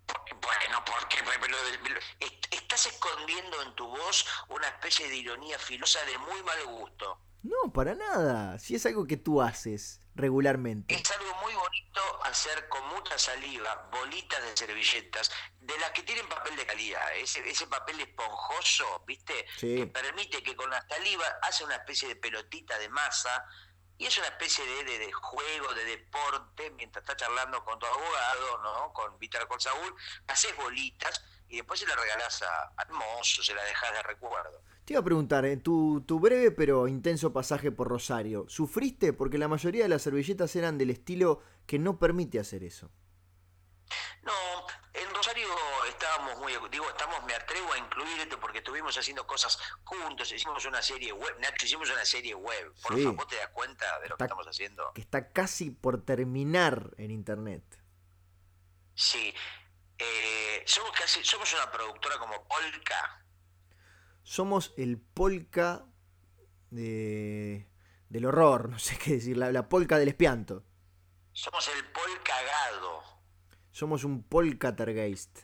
Por- Bueno, porque me- me lo- me lo- est- estás escondiendo en tu voz una especie de ironía filosa de muy mal gusto.
No, para nada. Si es algo que tú haces regularmente.
Es algo muy bonito hacer con mucha saliva bolitas de servilletas, de las que tienen papel de calidad, ese, ese papel esponjoso, ¿viste?
Sí.
Que permite que con la saliva hace una especie de pelotita de masa y es una especie de, de- de juego, de deporte, mientras estás charlando con tu abogado, ¿no? Con Víctor con Saúl, haces bolitas y después se las regalás a, al mozo, se las dejas de recuerdo.
Te iba a preguntar, en tu, tu breve pero intenso pasaje por Rosario, ¿sufriste? Porque la mayoría de las servilletas eran del estilo que no permite hacer eso.
No, en Rosario estábamos muy, digo, estamos, me atrevo a incluir esto porque estuvimos haciendo cosas juntos, hicimos una serie web, Nacho, hicimos una serie web, por
Sí.
favor, ¿te das cuenta de lo que
Está-
estamos haciendo?
Que está casi por terminar en internet.
Sí, Eh, somos casi, somos una productora como Polka,
Somos el polka de, del horror, *laughs* no sé qué decir, la, la polka del espianto.
somos el Polkagado.
Somos un polkatergeist.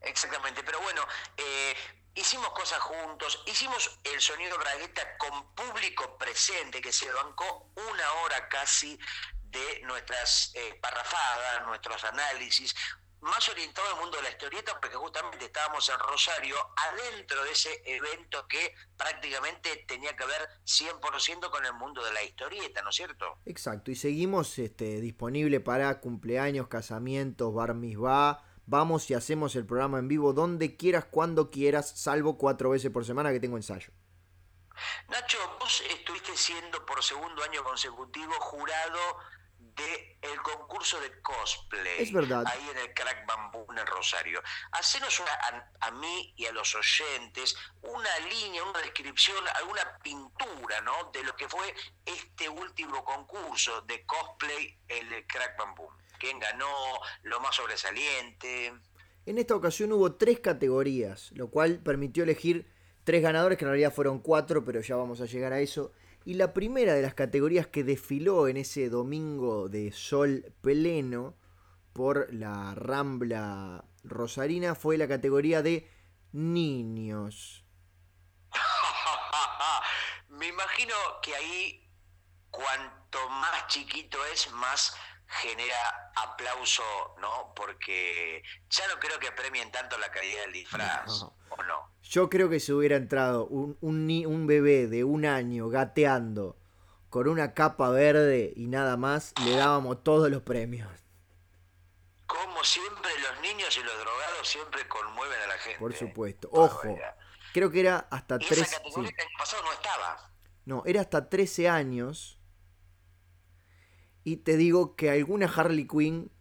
Exactamente, pero bueno, eh, hicimos cosas juntos, hicimos el sonido bragueta con público presente que se bancó una hora casi de nuestras eh, parrafadas, nuestros análisis, más orientado al mundo de la historieta porque justamente estábamos en Rosario adentro de ese evento que prácticamente tenía que ver 100% con el mundo de la historieta, ¿no es cierto?
Exacto, y seguimos este, disponible para cumpleaños, casamientos, bar va. Vamos y hacemos el programa en vivo donde quieras, cuando quieras, salvo cuatro veces por semana que tengo ensayo.
Nacho, vos estuviste siendo por segundo año consecutivo jurado de el concurso de cosplay.
Es verdad.
Ahí en el Crack Bambú en el Rosario. Hacenos una, a, a mí y a los oyentes una línea, una descripción, alguna pintura, ¿no? De lo que fue este último concurso de cosplay, el Crack Bambú. ¿Quién ganó? Lo más sobresaliente.
En esta ocasión hubo tres categorías, lo cual permitió elegir tres ganadores, que en realidad fueron cuatro, pero ya vamos a llegar a eso. Y la primera de las categorías que desfiló en ese domingo de sol pleno por la Rambla Rosarina fue la categoría de niños.
Me imagino que ahí cuanto más chiquito es, más genera aplauso, ¿no? Porque ya no creo que premien tanto la calidad del disfraz,
No.
¿o no?
Yo creo que si hubiera entrado un, un, ni- un bebé de un año gateando con una capa verde y nada más, le dábamos todos los premios.
Como siempre, los niños y los drogados siempre conmueven a la gente.
Por supuesto.
Ah,
Ojo,
vaya.
creo que era hasta
Y esa
13.
categoría
sí.
que el año pasado no estaba.
No, era hasta 13 años. Y te digo que alguna Harley Quinn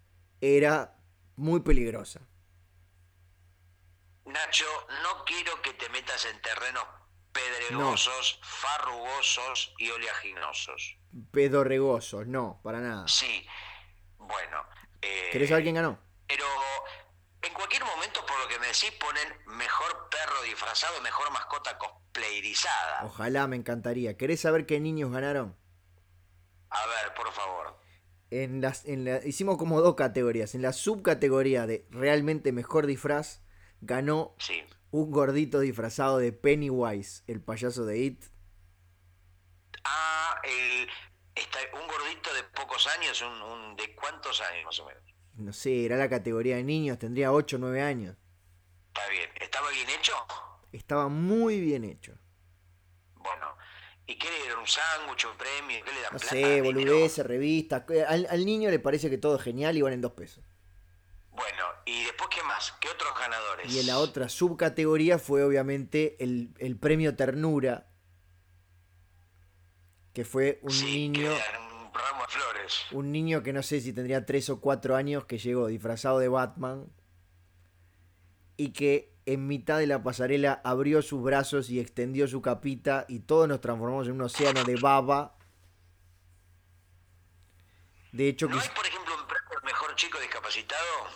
era muy peligrosa.
Nacho, no quiero que te metas en terrenos pedregosos, farrugosos y oleaginosos.
Pedorregosos, no, para nada.
Sí, bueno. eh,
¿Querés saber quién ganó?
Pero en cualquier momento, por lo que me decís, ponen mejor perro disfrazado, mejor mascota cosplayerizada.
Ojalá, me encantaría. ¿Querés saber qué niños ganaron?
A ver, por favor.
En las, en la- hicimos como dos categorías. En la subcategoría de realmente mejor disfraz, ganó
Sí.
un gordito disfrazado de Pennywise, el payaso de It.
Ah, el, está, un gordito de pocos años, un, un- de cuántos años más o menos.
No sé, era la categoría de niños, tendría 8 o 9 años.
Está bien. ¿Estaba bien hecho?
Estaba muy bien hecho.
Bueno. ¿Y qué le dieron? ¿Un sándwich, un premio? ¿Qué le dan?
No
plata,
sé,
dinero?
boludeces, revistas. que Al, al niño le parece que todo es genial y valen dos pesos.
Bueno, ¿y después qué más? ¿Qué otros ganadores?
Y en la otra subcategoría fue obviamente el, el premio Ternura, que fue un
sí, que
niño
le dan un ramo de flores.
un niño que no sé si tendría 3 o 4 años que llegó disfrazado de Batman y que en mitad de la pasarela abrió sus brazos y extendió su capita y todos nos transformamos en un océano de baba. De hecho,
¿No
quis-
hay, por ejemplo, un premio al mejor chico discapacitado?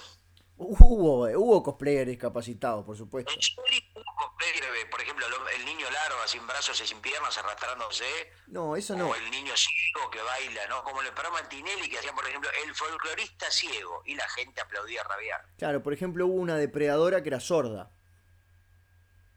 hubo, eh, hubo cosplayers discapacitados, por supuesto.
¿En serio hubo cosplay? Por ejemplo, lo- el niño larva sin brazos y sin piernas arrastrándose.
No, eso no.
O el niño ciego que baila, ¿no? Como en el programa Tinelli que hacía, por ejemplo, el folclorista ciego. Y la gente aplaudía a rabiar.
Claro, por ejemplo, hubo una depredadora que era sorda.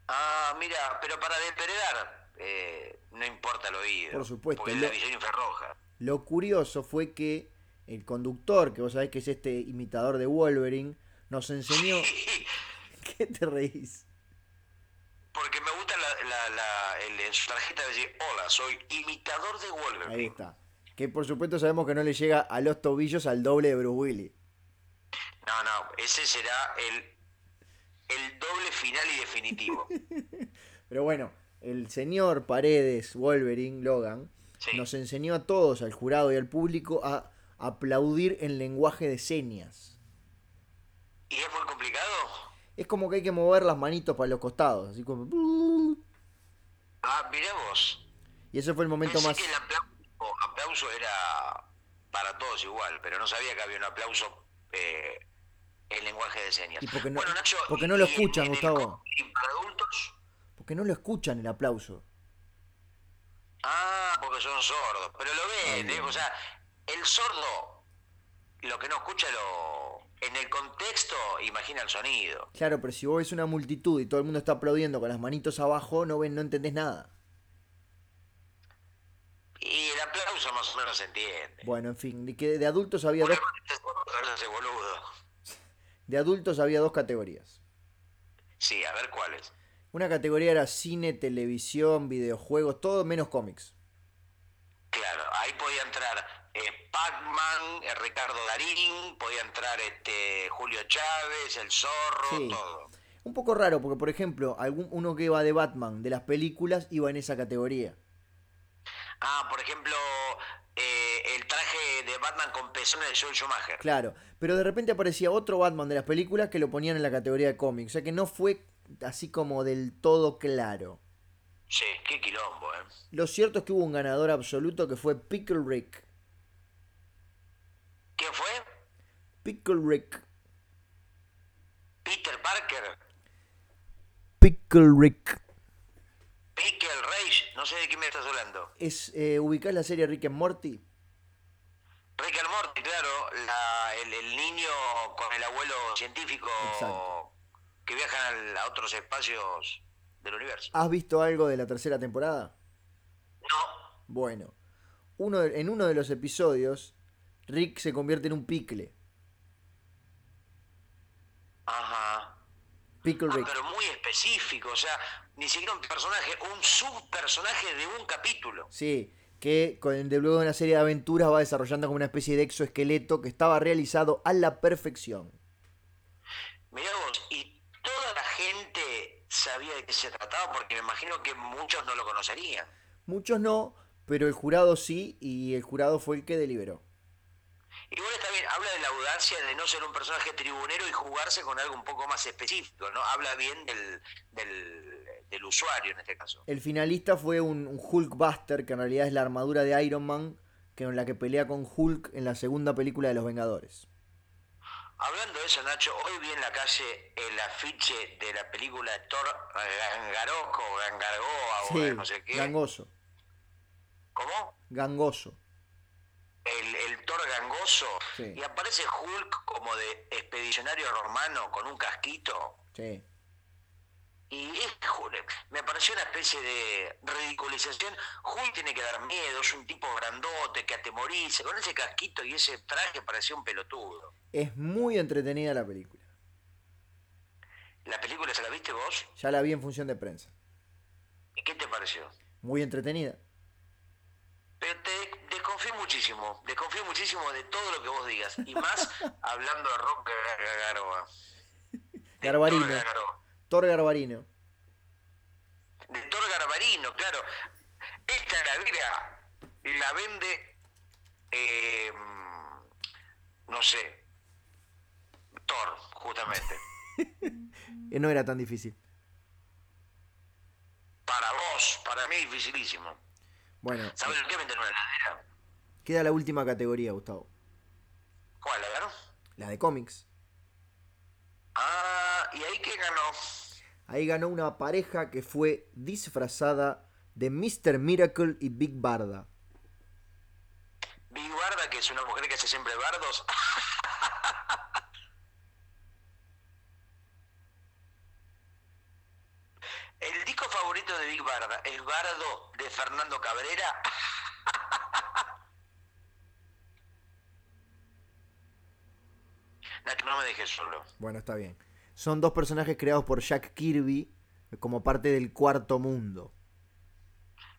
Ah, mira, pero para depredar, eh, no importa el oído.
Por supuesto,
Porque es
el
la
lo-
visión infrarroja.
Lo curioso fue que el conductor, que vos sabés que es este imitador de Wolverine, nos enseñó...
*laughs*
*laughs* ¿Qué te reís?
Porque me gusta la, la- la- el- en su tarjeta decir, hola, soy imitador de Wolverine.
Ahí está. Que por supuesto sabemos que no le llega a los tobillos al doble de Bruce Willis.
No, no, ese será el, el doble final y
*laughs*
definitivo.
Pero bueno, el señor Paredes, Wolverine, Logan,
Sí.
nos enseñó a todos, al jurado y al público, a aplaudir en lenguaje de señas.
¿Y es muy complicado?
Es como que hay que mover las manitos para los costados, así como...
Ah, mirá vos.
Y ese fue el momento
Pensé
más...
que el aplauso, aplauso era para todos igual, pero no sabía que había un aplauso eh, en lenguaje de señas.
Y porque no-
bueno, Nacho,
porque
y-
no lo
y en-
escuchan,
en el
Gustavo.
cómic para adultos?
Porque no lo escuchan el aplauso.
Ah, porque son sordos. Pero lo ven,
Ay,
¿eh? O sea, el sordo, lo que no escucha, lo en el contexto, imagina el sonido.
Claro, pero si vos ves una multitud y todo el mundo está aplaudiendo con las manitos abajo, no ven, no entendés nada.
Y el aplauso más o menos se entiende.
Bueno, en fin, de que de adultos había
Porque
dos,
aparte este sordo es ese boludo.
de adultos había dos categorías.
Sí, a ver cuáles.
Una categoría era cine, televisión, videojuegos, todo menos cómics.
Claro, ahí podía entrar eh, Pac-Man, eh, Ricardo Darín, podía entrar este Julio Chávez, El Zorro,
Sí.
todo.
Un poco raro, porque por ejemplo, algún, uno que iba de Batman, de las películas, iba en esa categoría.
Ah, por ejemplo, eh, el traje de Batman con pezones de Joel Schumacher.
Claro, pero de repente aparecía otro Batman de las películas que lo ponían en la categoría de cómics. O sea que no fue así como del todo claro.
Sí, qué quilombo, ¿eh?
Lo cierto es que hubo un ganador absoluto que fue Pickle Rick.
¿Quién fue?
Pickle Rick.
Peter Parker,
Pickle Rick.
Pickle Rage, no sé de quién me estás hablando.
Es, eh, ¿Ubicás la serie Rick and Morty?
Rick and Morty, claro, la- el, el niño con el abuelo científico
Exacto.
que viajan al- a otros espacios del universo.
¿Has visto algo de la tercera temporada?
No,
Bueno, uno de- en uno de los episodios, Rick se convierte en un picle.
Ajá.
Pickle
Ah,
Rick.
pero muy específico, o sea, ni siquiera un personaje, un subpersonaje de un capítulo.
Sí, que con, de luego de una serie de aventuras va desarrollando como una especie de exoesqueleto que estaba realizado a la perfección.
Mirá vos, y toda la gente sabía de qué se trataba, porque me imagino que muchos no lo conocerían.
Muchos no, pero el jurado sí, y el jurado fue el que deliberó.
Igual está bien, habla de la audacia de no ser un personaje tribunero y jugarse con algo un poco más específico, ¿no? Habla bien del, del, del usuario en este caso.
El finalista fue un, un Hulkbuster, que en realidad es la armadura de Iron Man, que en la que pelea con Hulk en la segunda película de Los Vengadores.
Ah, Hablando de eso, Nacho, hoy vi en la calle el afiche de la película Thor Gangaroco, Gangargoa,
Sí,
o no sé qué.
gangoso,
¿Cómo?
gangoso.
el, el Thor gangoso
Sí.
y aparece Hulk como de expedicionario romano con un casquito
Sí.
y es Hulk. me pareció una especie de ridiculización Hulk tiene que dar miedo es un tipo grandote que atemoriza con ese casquito y ese traje parecía un pelotudo
Es muy entretenida la película.
la película se la viste vos
Ya la vi en función de prensa.
y qué te pareció
Muy entretenida.
pero te desconfío muchísimo desconfío muchísimo de todo lo que vos digas y más
*laughs*
hablando de Rock Gargaroa De Thor
Garbarino.
Gargaroa.
Thor Garbarino.
de Thor Garbarino, claro. Esta heladera la vende, eh, no sé, Thor, justamente.
Eh, no era tan difícil.
Para vos, para mí es dificilísimo.
Bueno,
¿Sabes lo que es vender una heladera?
queda la última categoría, Gustavo.
¿Cuál, la ganó?
La de cómics.
Ah, ¿y ahí qué ganó?
Ahí ganó una pareja que fue disfrazada de Mr. Miracle y Big Barda.
Big Barda, que es una mujer que hace siempre bardos. *laughs* El disco favorito de Big Barda, El Bardo de Fernando Cabrera. *laughs* Nacho, no me dejes solo.
Bueno, está bien. Son dos personajes creados por Jack Kirby como parte del cuarto mundo.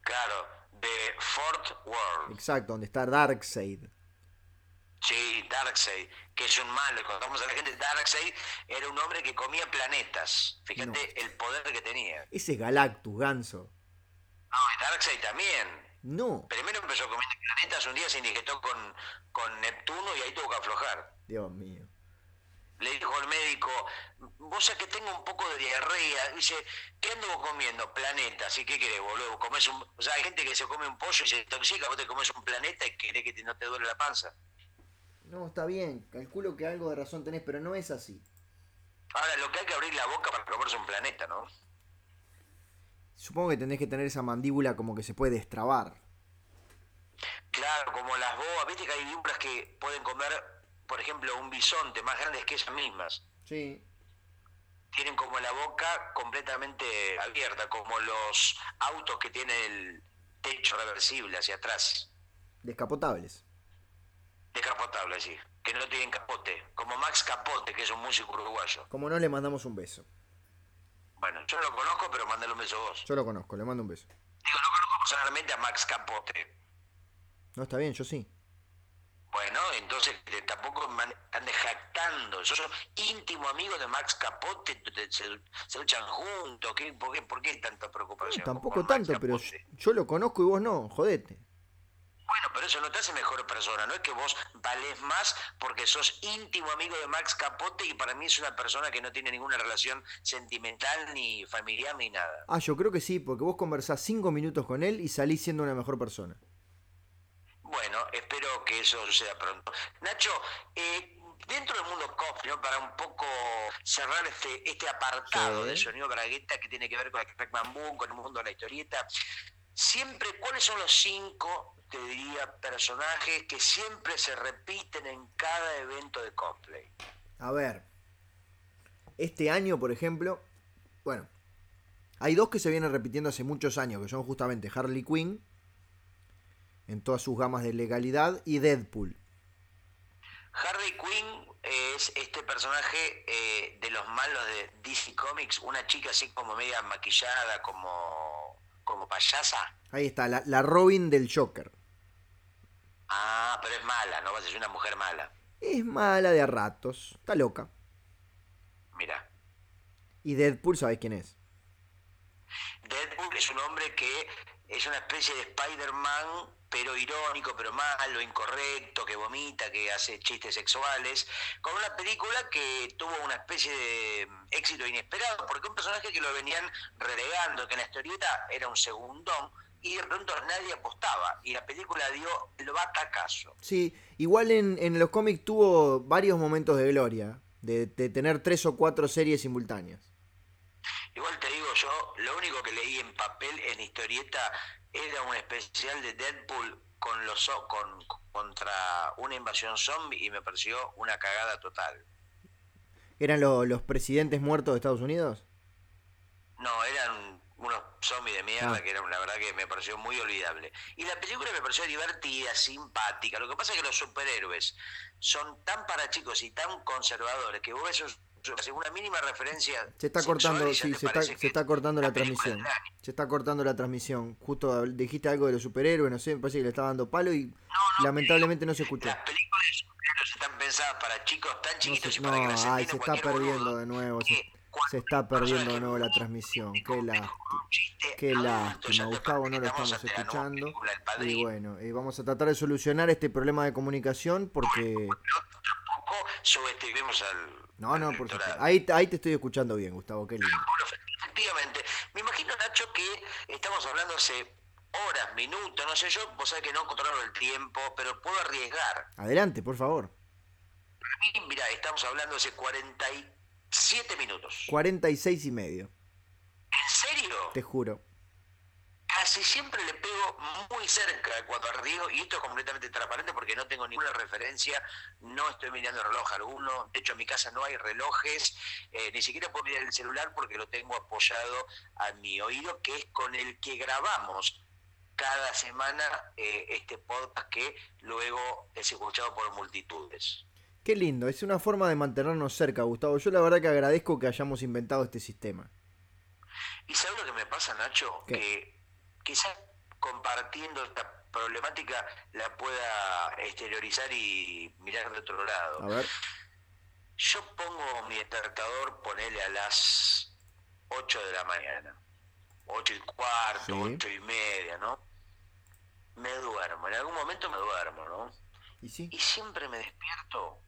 Claro, de Fort World.
Exacto, donde está Darkseid.
Sí, Darkseid, que es un malo. Y Contamos a la gente, Darkseid era un hombre que comía planetas. Fíjate
No.
el poder que tenía.
Ese es Galactus, Ganso.
No, y Darkseid también.
No,
Primero empezó comiendo planetas, un día se indigestó con, con Neptuno y ahí tuvo que aflojar.
Dios mío.
Le dijo el médico, vos sabés que tengo un poco de diarrea. Dice, ¿qué ando comiendo? Planetas. ¿Y qué querés, boludo? Comés un... O sea, hay gente que se come un pollo y se intoxica, vos te comes un planeta y querés que te- no te duele la panza.
No, está bien. Calculo que algo de razón tenés, pero no es así.
Ahora, lo que hay que abrir la boca para comerse un planeta, ¿no?
Supongo que tendrés que tener esa mandíbula como que se puede destrabar.
Claro, como las boas, viste que hay víboras que pueden comer, por ejemplo, un bisonte más grandes que ellas mismas.
Sí.
Tienen como la boca completamente abierta, como los autos que tienen el techo reversible hacia atrás,
Descapotables.
descapotable así, que no tienen capote, como Max Capote, que es un músico uruguayo.
Como no, le mandamos un beso.
Bueno, yo no lo conozco, pero mandale un beso vos.
Yo lo conozco, le mando un beso.
Digo, no conozco personalmente a Max Capote.
No, está bien, yo sí.
Bueno, entonces eh, tampoco me an- ande jactando. Yo soy íntimo amigo de Max Capote, t- t- se, se luchan juntos. ¿qué- por, qué, por qué tanta preocupación?
No,
con-
tampoco
con Max
tanto, pero yo,
Capote?
yo lo conozco y vos no, jodete.
Bueno, pero eso no te hace mejor persona, ¿no? Es que vos valés más porque sos íntimo amigo de Max Capote y para mí es una persona que no tiene ninguna relación sentimental, ni familiar, ni nada.
Ah, yo creo que sí, porque vos conversás cinco minutos con él y salís siendo una mejor persona.
Bueno, espero que eso suceda pronto. Nacho, eh, dentro del mundo coffee, ¿no? para un poco cerrar este, este apartado
Sí.
de Sonido Bragueta que tiene que ver con el Crack Bamboo, con el mundo de la historieta, siempre, ¿cuáles son los cinco, te diría, personajes que siempre se repiten en cada evento de cosplay?
A ver, este año, por ejemplo, bueno, hay dos que se vienen repitiendo hace muchos años, que son justamente Harley Quinn, en todas sus gamas de legalidad, y Deadpool.
Harley Quinn eh, es este personaje eh, de los malos de DC Comics, una chica así como media maquillada, como, como payasa.
Ahí está, la, la Robin del Joker.
Ah, pero es mala, no vas a ser una mujer mala.
Es mala de a ratos, está loca.
Mira,
Y Deadpool, ¿sabes quién es?
Deadpool es un hombre que es una especie de Spider-Man, pero irónico, pero malo, incorrecto, que vomita, que hace chistes sexuales, con una película que tuvo una especie de mm, éxito inesperado, porque un personaje que lo venían relegando, que en la historieta era un segundón, y de pronto nadie apostaba, y la película dio el batacazo.
Sí, igual en, en los cómics tuvo varios momentos de gloria, de, de tener tres o cuatro series simultáneas.
Igual te digo yo, lo único que leí en papel, en historieta, era un especial de Deadpool con los zo- con contra una invasión zombie y me pareció una cagada total.
¿Eran lo- los presidentes muertos de Estados Unidos?
No, eran unos zombies de mierda
Ah.
que eran la verdad que me pareció muy olvidable. Y la película me pareció divertida, simpática. Lo que pasa es que los superhéroes son tan para chicos y tan conservadores que vos ves un- haces una mínima referencia.
Se está
sexual
cortando,
y ya
sí,
te
se está,
parece
se
que
está cortando la
película
transmisión.
del año.
Se está cortando la transmisión. Justo habl- dijiste algo de los superhéroes, no sé, me parece que le estaba dando palo y lamentablemente no se escuchó.
Las películas de superhéroes están pensadas para chicos
Este.
tan
No,
chiquitos
se,
y para que
no,
las
ay,
entienda
se está
cualquier boludo, ¿eh?
perdiendo de nuevo.
que
Se,
cuando
se está
un personaje
perdiendo de nuevo la
muy
transmisión.
chico
Qué
mete
lástima.
con un chiste
Qué
adulto, ya
lástima,
te
Gustavo, no lo
parece que
estamos
ante la nueva
escuchando.
película, El
Y
Padrino.
bueno, eh, vamos a tratar de solucionar este problema de comunicación porque...
No, tampoco subestimemos este, al.
No,
al
no, por
electorado.
supuesto. Ahí, ahí te estoy escuchando bien, Gustavo, qué lindo.
Bueno, Efectivamente. Me imagino, Nacho, que estamos hablando hace horas, minutos, no sé yo, vos sabés que no controlo el tiempo, pero puedo arriesgar.
Adelante, por favor.
Y mira, estamos hablando hace 47 minutos.
46 y medio,
¿En serio?
te juro.
Casi siempre le pego muy cerca cuando arriesgo, y esto es completamente transparente porque no tengo ninguna referencia, no estoy mirando reloj alguno, de hecho en mi casa no hay relojes, eh, ni siquiera puedo mirar el celular porque lo tengo apoyado a mi oído, que es con el que grabamos cada semana eh, este podcast que luego es escuchado por multitudes.
Qué lindo, es una forma de mantenernos cerca, Gustavo. Yo la verdad que agradezco que hayamos inventado este sistema.
¿Y sabes lo que me pasa, Nacho?
¿Qué?
Que quizás compartiendo esta problemática la pueda exteriorizar y mirar de otro
A
lado.
ver,
Yo pongo mi despertador, ponele a las 8 de la mañana. 8 y cuarto,
Sí.
8 y media, ¿no? Me duermo, en algún momento me duermo, ¿no?
¿y sí?
Y siempre me despierto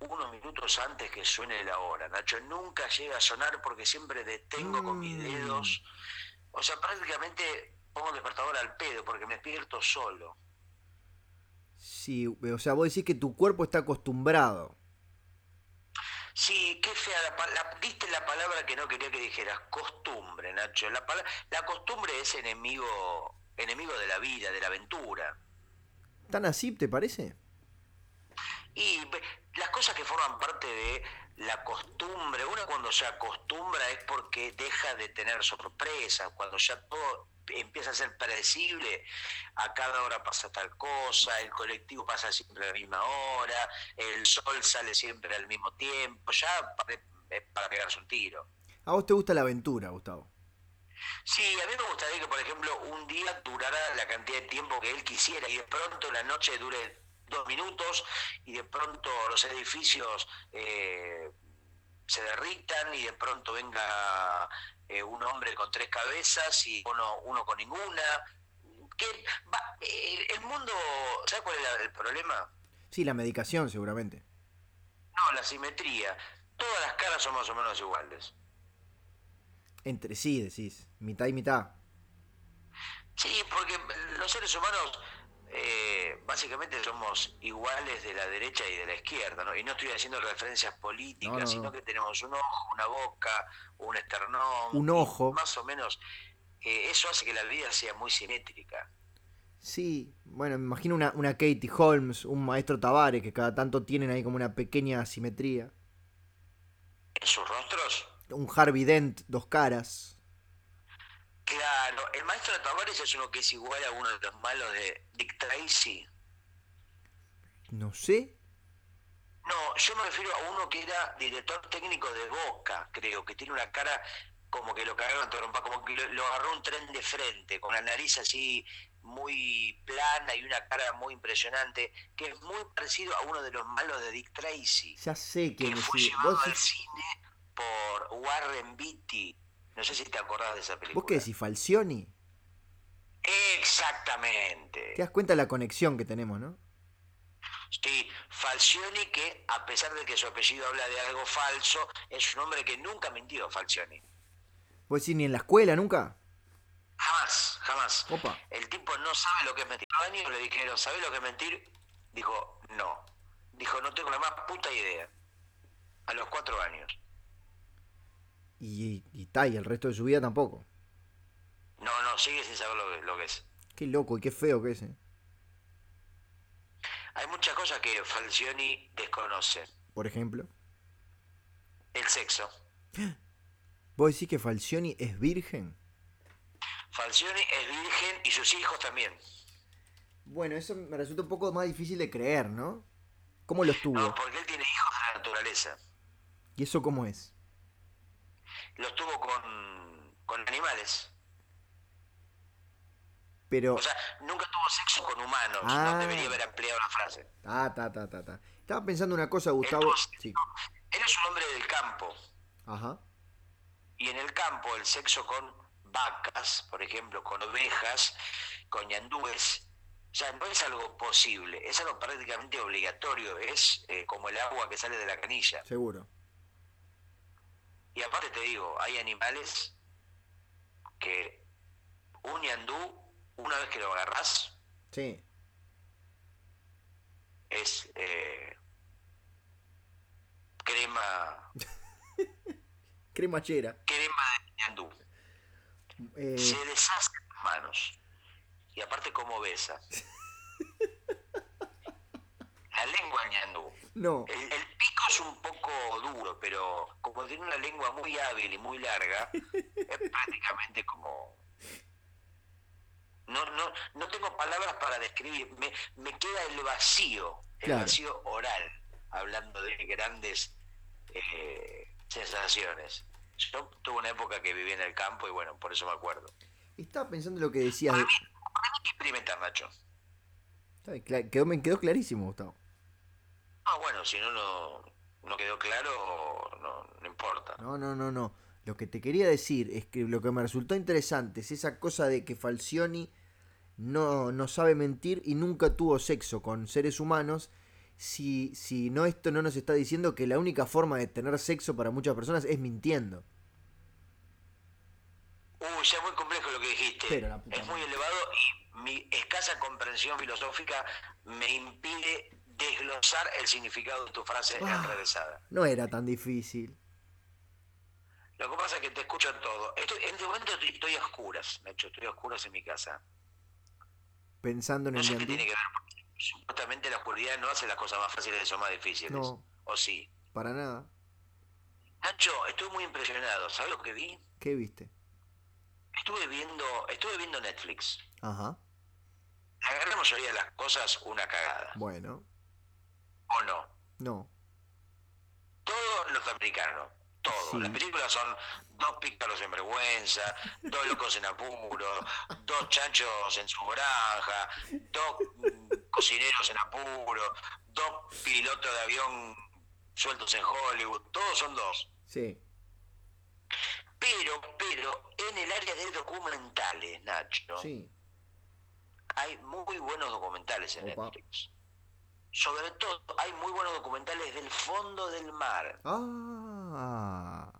unos minutos antes que suene la hora, Nacho. Nunca llega a sonar porque siempre detengo con mis
Mm.
dedos. O sea, prácticamente pongo el despertador al pedo porque me despierto solo.
Sí, o sea, vos decís que tu cuerpo está acostumbrado.
Sí, qué fea. La, pa- la- diste la palabra que no quería que dijeras. Costumbre, Nacho. La, pala- la costumbre es enemigo, enemigo de la vida, de la aventura.
¿Tan así, te parece?
Y ve- las cosas que forman parte de la costumbre, uno cuando se acostumbra es porque deja de tener sorpresas, cuando ya todo empieza a ser predecible, a cada hora pasa tal cosa, el colectivo pasa siempre a la misma hora, el sol sale siempre al mismo tiempo, ya pa- es para pegarse un tiro.
A vos te gusta la aventura, Gustavo.
Sí, a mí me gustaría que, por ejemplo, un día durara la cantidad de tiempo que él quisiera y de pronto la noche dure dos minutos y de pronto los edificios eh, se derritan y de pronto venga eh, un hombre con tres cabezas y uno, uno con ninguna. Que va- eh, el mundo, ¿sabes cuál es la- el problema?
Sí, la medicación, seguramente.
No, la simetría. Todas las caras son más o menos iguales.
Entre sí, decís. Mitad y mitad.
Sí, porque los seres humanos eh, básicamente somos iguales de la derecha y de la izquierda, ¿no? Y no estoy haciendo referencias políticas,
No, no,
sino
no.
que tenemos un ojo, una boca, un esternón.
Un
y
ojo.
Más o menos. eh, eso hace que la vida sea muy simétrica.
Sí, bueno, me imagino una, una Katie Holmes, un maestro Tavares, que cada tanto tienen ahí como una pequeña asimetría.
En sus rostros,
Un Harvey Dent, dos caras.
claro, el maestro de Tavares es uno que es igual a uno de los malos de Dick Tracy.
No sé.
No, yo me refiero a uno que era director técnico de Boca, creo, que tiene una cara como que lo cagaron a trompa, como que lo, lo agarró un tren de frente, con la nariz así muy plana y una cara muy impresionante, que es muy parecido a uno de los malos de Dick Tracy,
Ya sé
que
quién es.
fue
sí.
llevado
¿Vos,
al cine por Warren Beatty. No sé si te acordás de esa película.
vos qué decís? ¿Falcioni?
Exactamente.
Te das cuenta la conexión que tenemos, ¿no?
Sí, Falcioni que, a pesar de que su apellido habla de algo falso, es un hombre que nunca mintió, Falcioni.
¿Vos decís ni en la escuela nunca?
Jamás, jamás.
Opa.
El tipo no sabe lo que es mentir. A Daniel le dijeron, ¿sabes lo que es mentir? Dijo, no. Dijo, no tengo la más puta idea. A los cuatro años.
Y, y, y ta, y el resto de su vida tampoco.
No, no, sigue sin saber lo que, lo que es.
Qué loco y qué feo que es. ¿eh?
Hay muchas cosas que Falcioni desconoce.
Por ejemplo.
El sexo.
¿Vos decís que Falcioni es virgen?
Falcioni es virgen y sus hijos también.
Bueno, eso me resulta un poco más difícil de creer, ¿no? ¿Cómo los tuvo?
No, porque él tiene hijos de la naturaleza.
¿Y eso cómo es?
Los tuvo con, con animales.
Pero.
O sea, nunca tuvo sexo con humanos.
Ah.
No debería haber ampliado la frase.
Ah, ta, ta, ta, ta. Estaba pensando una cosa,
Él
Gustavo.
tuvo sexo-
Sí.
Él es un hombre del campo.
Ajá.
Y en el campo el sexo con vacas, por ejemplo, con ovejas, con ñandúes, o sea, no es algo posible, es algo prácticamente obligatorio, es eh, como el agua que sale de la canilla.
Seguro.
Y aparte te digo, hay animales que un ñandú, una vez que lo agarrás,
Sí.
es eh, crema,
Cremallera.
crema de ñandú.
Eh,
Se deshace las manos. Y aparte como besa. La lengua del ñandú.
no.
El, el pico es un poco duro, pero como tiene una lengua muy hábil y muy larga, es prácticamente como... No, no, no tengo palabras para describir. Me, me queda el vacío, el
Claro.
vacío oral, hablando de grandes eh, sensaciones. Yo tuve una época que viví en el campo y bueno, por eso me acuerdo.
Estaba pensando lo que decías.
Para
de-
mí, para mí hay que experimentar, Nacho.
Está bien, cla- Quedó, me quedó clarísimo, Gustavo.
Ah, bueno, si no, no, no quedó claro, no, no importa.
No, no, no, no. Lo que te quería decir es que lo que me resultó interesante es esa cosa de que Falcioni no, no sabe mentir y nunca tuvo sexo con seres humanos. Si, si no, esto no nos está diciendo que la única forma de tener sexo para muchas personas es mintiendo.
Uy, ya es muy complejo lo que dijiste.
Pero la puta
es muy elevado y mi escasa comprensión filosófica me impide desglosar el significado de tu frase
Ah.
enrevesada.
No era tan difícil.
Lo que pasa es que te escucho en todo. Estoy- en este momento estoy, estoy a oscuras, Nacho, estoy a oscuras en mi casa.
Pensando en
No
el
sé qué
ñandú.
tiene que ver, porque supuestamente la oscuridad no hace las cosas más fáciles, son más difíciles.
No.
¿O sí?
Para nada.
Nacho, estoy muy impresionado. ¿Sabes lo que vi?
¿Qué viste?
Estuve viendo, estuve viendo Netflix.
Ajá.
La gran mayoría de las cosas, una cagada.
Bueno.
¿O no?
No.
Todo norteamericano. Todo.
Sí.
Las películas son dos pícaros en vergüenza, dos locos en apuro, dos chanchos en su granja, dos mm, cocineros en apuro, dos pilotos de avión sueltos en Hollywood. Todos son dos.
Sí.
Pero, pero, en el área de documentales, Nacho,
Sí.
hay muy buenos documentales en
Opa.
Netflix. Sobre todo, hay muy buenos documentales del fondo del mar.
Ah.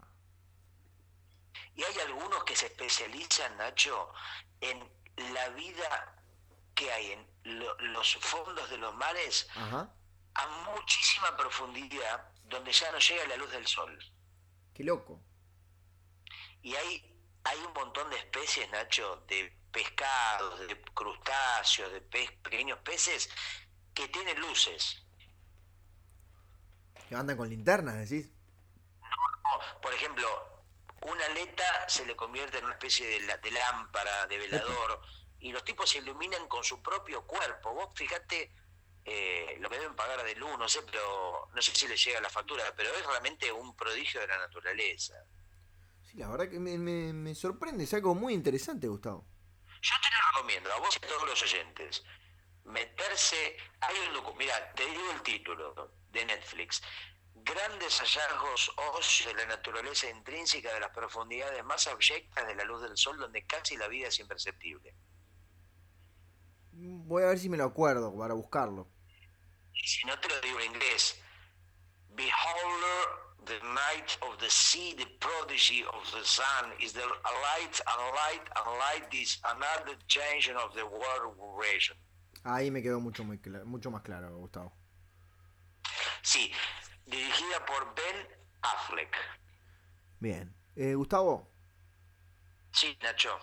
Y hay algunos que se especializan, Nacho, en la vida que hay en lo- los fondos de los mares
Ajá.
a muchísima profundidad, donde ya no llega la luz del sol.
Qué loco.
Y hay, hay un montón de especies, Nacho, de pescados, de crustáceos, de pez- pequeños peces que tienen luces.
Que andan con linternas, decís.
Como, por ejemplo, una aleta se le convierte en una especie de, la- de lámpara, de velador, y los tipos se iluminan con su propio cuerpo. Vos fijate eh, lo que deben pagar de luz, no sé, pero no sé si les llega la factura, pero es realmente un prodigio de la naturaleza.
Sí, la verdad que me, me, me sorprende, es algo muy interesante, Gustavo.
Yo te lo recomiendo, a vos y a todos los oyentes, meterse, hay un docu- mirá, te digo el título de Netflix, Grandes hallazgos óseos de la naturaleza intrínseca de las profundidades más abyectas de la luz del sol, donde casi la vida es imperceptible.
Voy a ver si me lo acuerdo para buscarlo.
Y si no te lo digo en inglés, Beholder, the night of the sea, the prodigy of the sun, is the light and light and light is another change of the world region.
Ahí me quedó mucho, muy cla- mucho más claro, Gustavo.
Sí, dirigida por Ben Affleck.
Bien. Eh, Gustavo,
Sí, Nacho,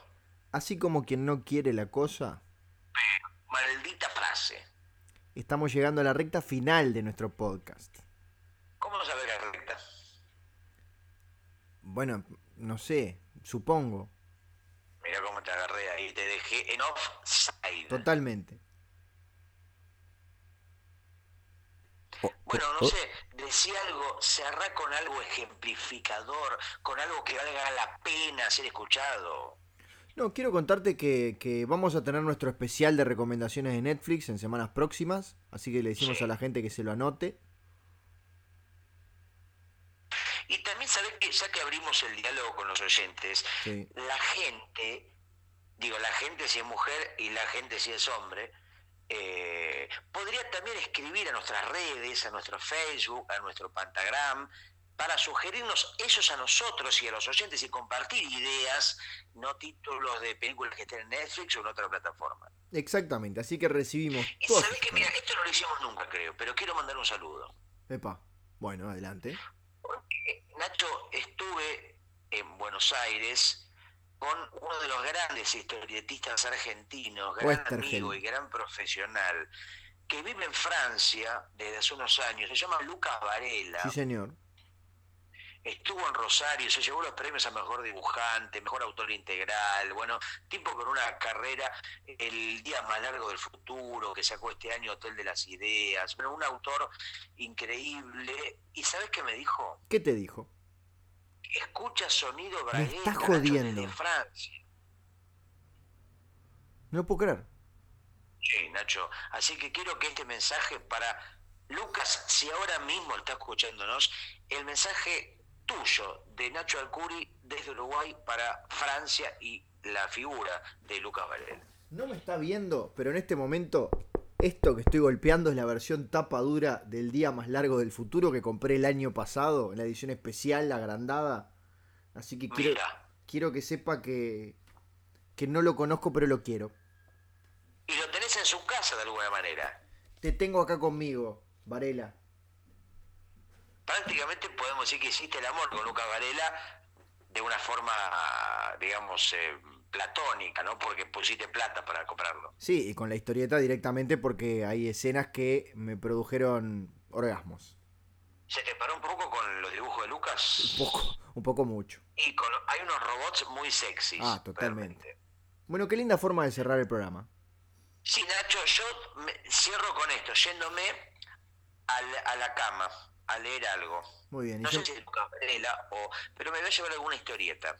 así como quien no quiere la cosa,
maldita frase.
estamos llegando a la recta final de nuestro podcast.
¿Cómo saber la recta?
Bueno, no sé, supongo,
Mira cómo te agarré ahí, te dejé en offside.
totalmente.
Bueno, no sé, decía algo, cerrá con algo ejemplificador, con algo que valga la pena ser escuchado.
No, quiero contarte que, que vamos a tener nuestro especial de recomendaciones de Netflix en semanas próximas, así que le decimos
Sí.
a la gente que se lo anote.
Y también sabés que ya que abrimos el diálogo con los oyentes,
Sí.
la gente, digo, la gente si es mujer y la gente si es hombre, eh, podría también escribir a nuestras redes, a nuestro Facebook, a nuestro Pantagram, para sugerirnos ellos a nosotros y a los oyentes y compartir ideas, no títulos de películas que estén en Netflix o en otra plataforma.
Exactamente, así que recibimos
Y
todas
sabés
sus
que, mira, esto no lo hicimos nunca, creo, pero quiero mandar un saludo.
Epa, bueno, adelante.
Eh, Nacho, estuve en Buenos Aires con uno de los grandes historietistas argentinos, gran
Westergel.
amigo y gran profesional, que vive en Francia desde hace unos años, se llama Lucas Varela,
Sí, señor.
estuvo en Rosario, se llevó los premios a mejor dibujante, mejor autor integral, bueno, tipo con una carrera, el día más largo del futuro, que sacó este año Hotel de las Ideas, bueno, un autor increíble, y ¿sabes qué me dijo?
¿Qué te dijo?
escucha sonido
Me
bragueta
estás
Nacho,
jodiendo.
desde Francia.
No lo puedo creer.
Sí, Nacho. Así que quiero que este mensaje para Lucas, si ahora mismo está escuchándonos, el mensaje tuyo de Nacho Alcuri desde Uruguay para Francia y la figura de Lucas Varela.
No me está viendo, pero en este momento esto que estoy golpeando es la versión tapa dura del día más largo del futuro que compré el año pasado, en la edición especial, la agrandada. Así que quiero,
Mira,
quiero que sepa que, que no lo conozco, pero lo quiero.
y lo tenés en su casa de alguna manera.
Te tengo acá conmigo, Varela.
Prácticamente podemos decir que hiciste el amor con Lucas Varela de una forma, digamos, eh, platónica, ¿no? Porque pusiste plata para comprarlo.
Sí, y con la historieta directamente porque hay escenas que me produjeron orgasmos.
¿Se te paró un poco con los dibujos de Lucas?
Un poco, un poco mucho.
Y con, hay unos robots muy sexys.
Ah, totalmente.
realmente.
Bueno, qué linda forma de cerrar el programa.
Sí, Nacho, yo me- cierro con esto, yéndome al- a la cama a leer algo.
Muy bien. y
No
yo-
sé si es Lucas Varela o... Pero me voy a llevar alguna historieta.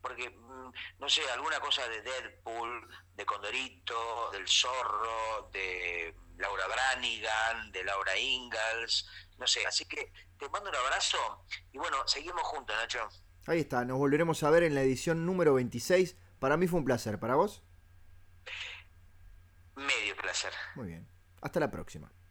Porque, mm, no sé, alguna cosa de Deadpool, de Condorito, del Zorro, de Laura Branigan, de Laura Ingalls, no sé. Así que te mando un abrazo y bueno, seguimos juntos, Nacho.
Ahí está, nos volveremos a ver en la edición número 26. Para mí fue un placer, ¿para vos?
Medio placer.
Muy bien. Hasta la próxima.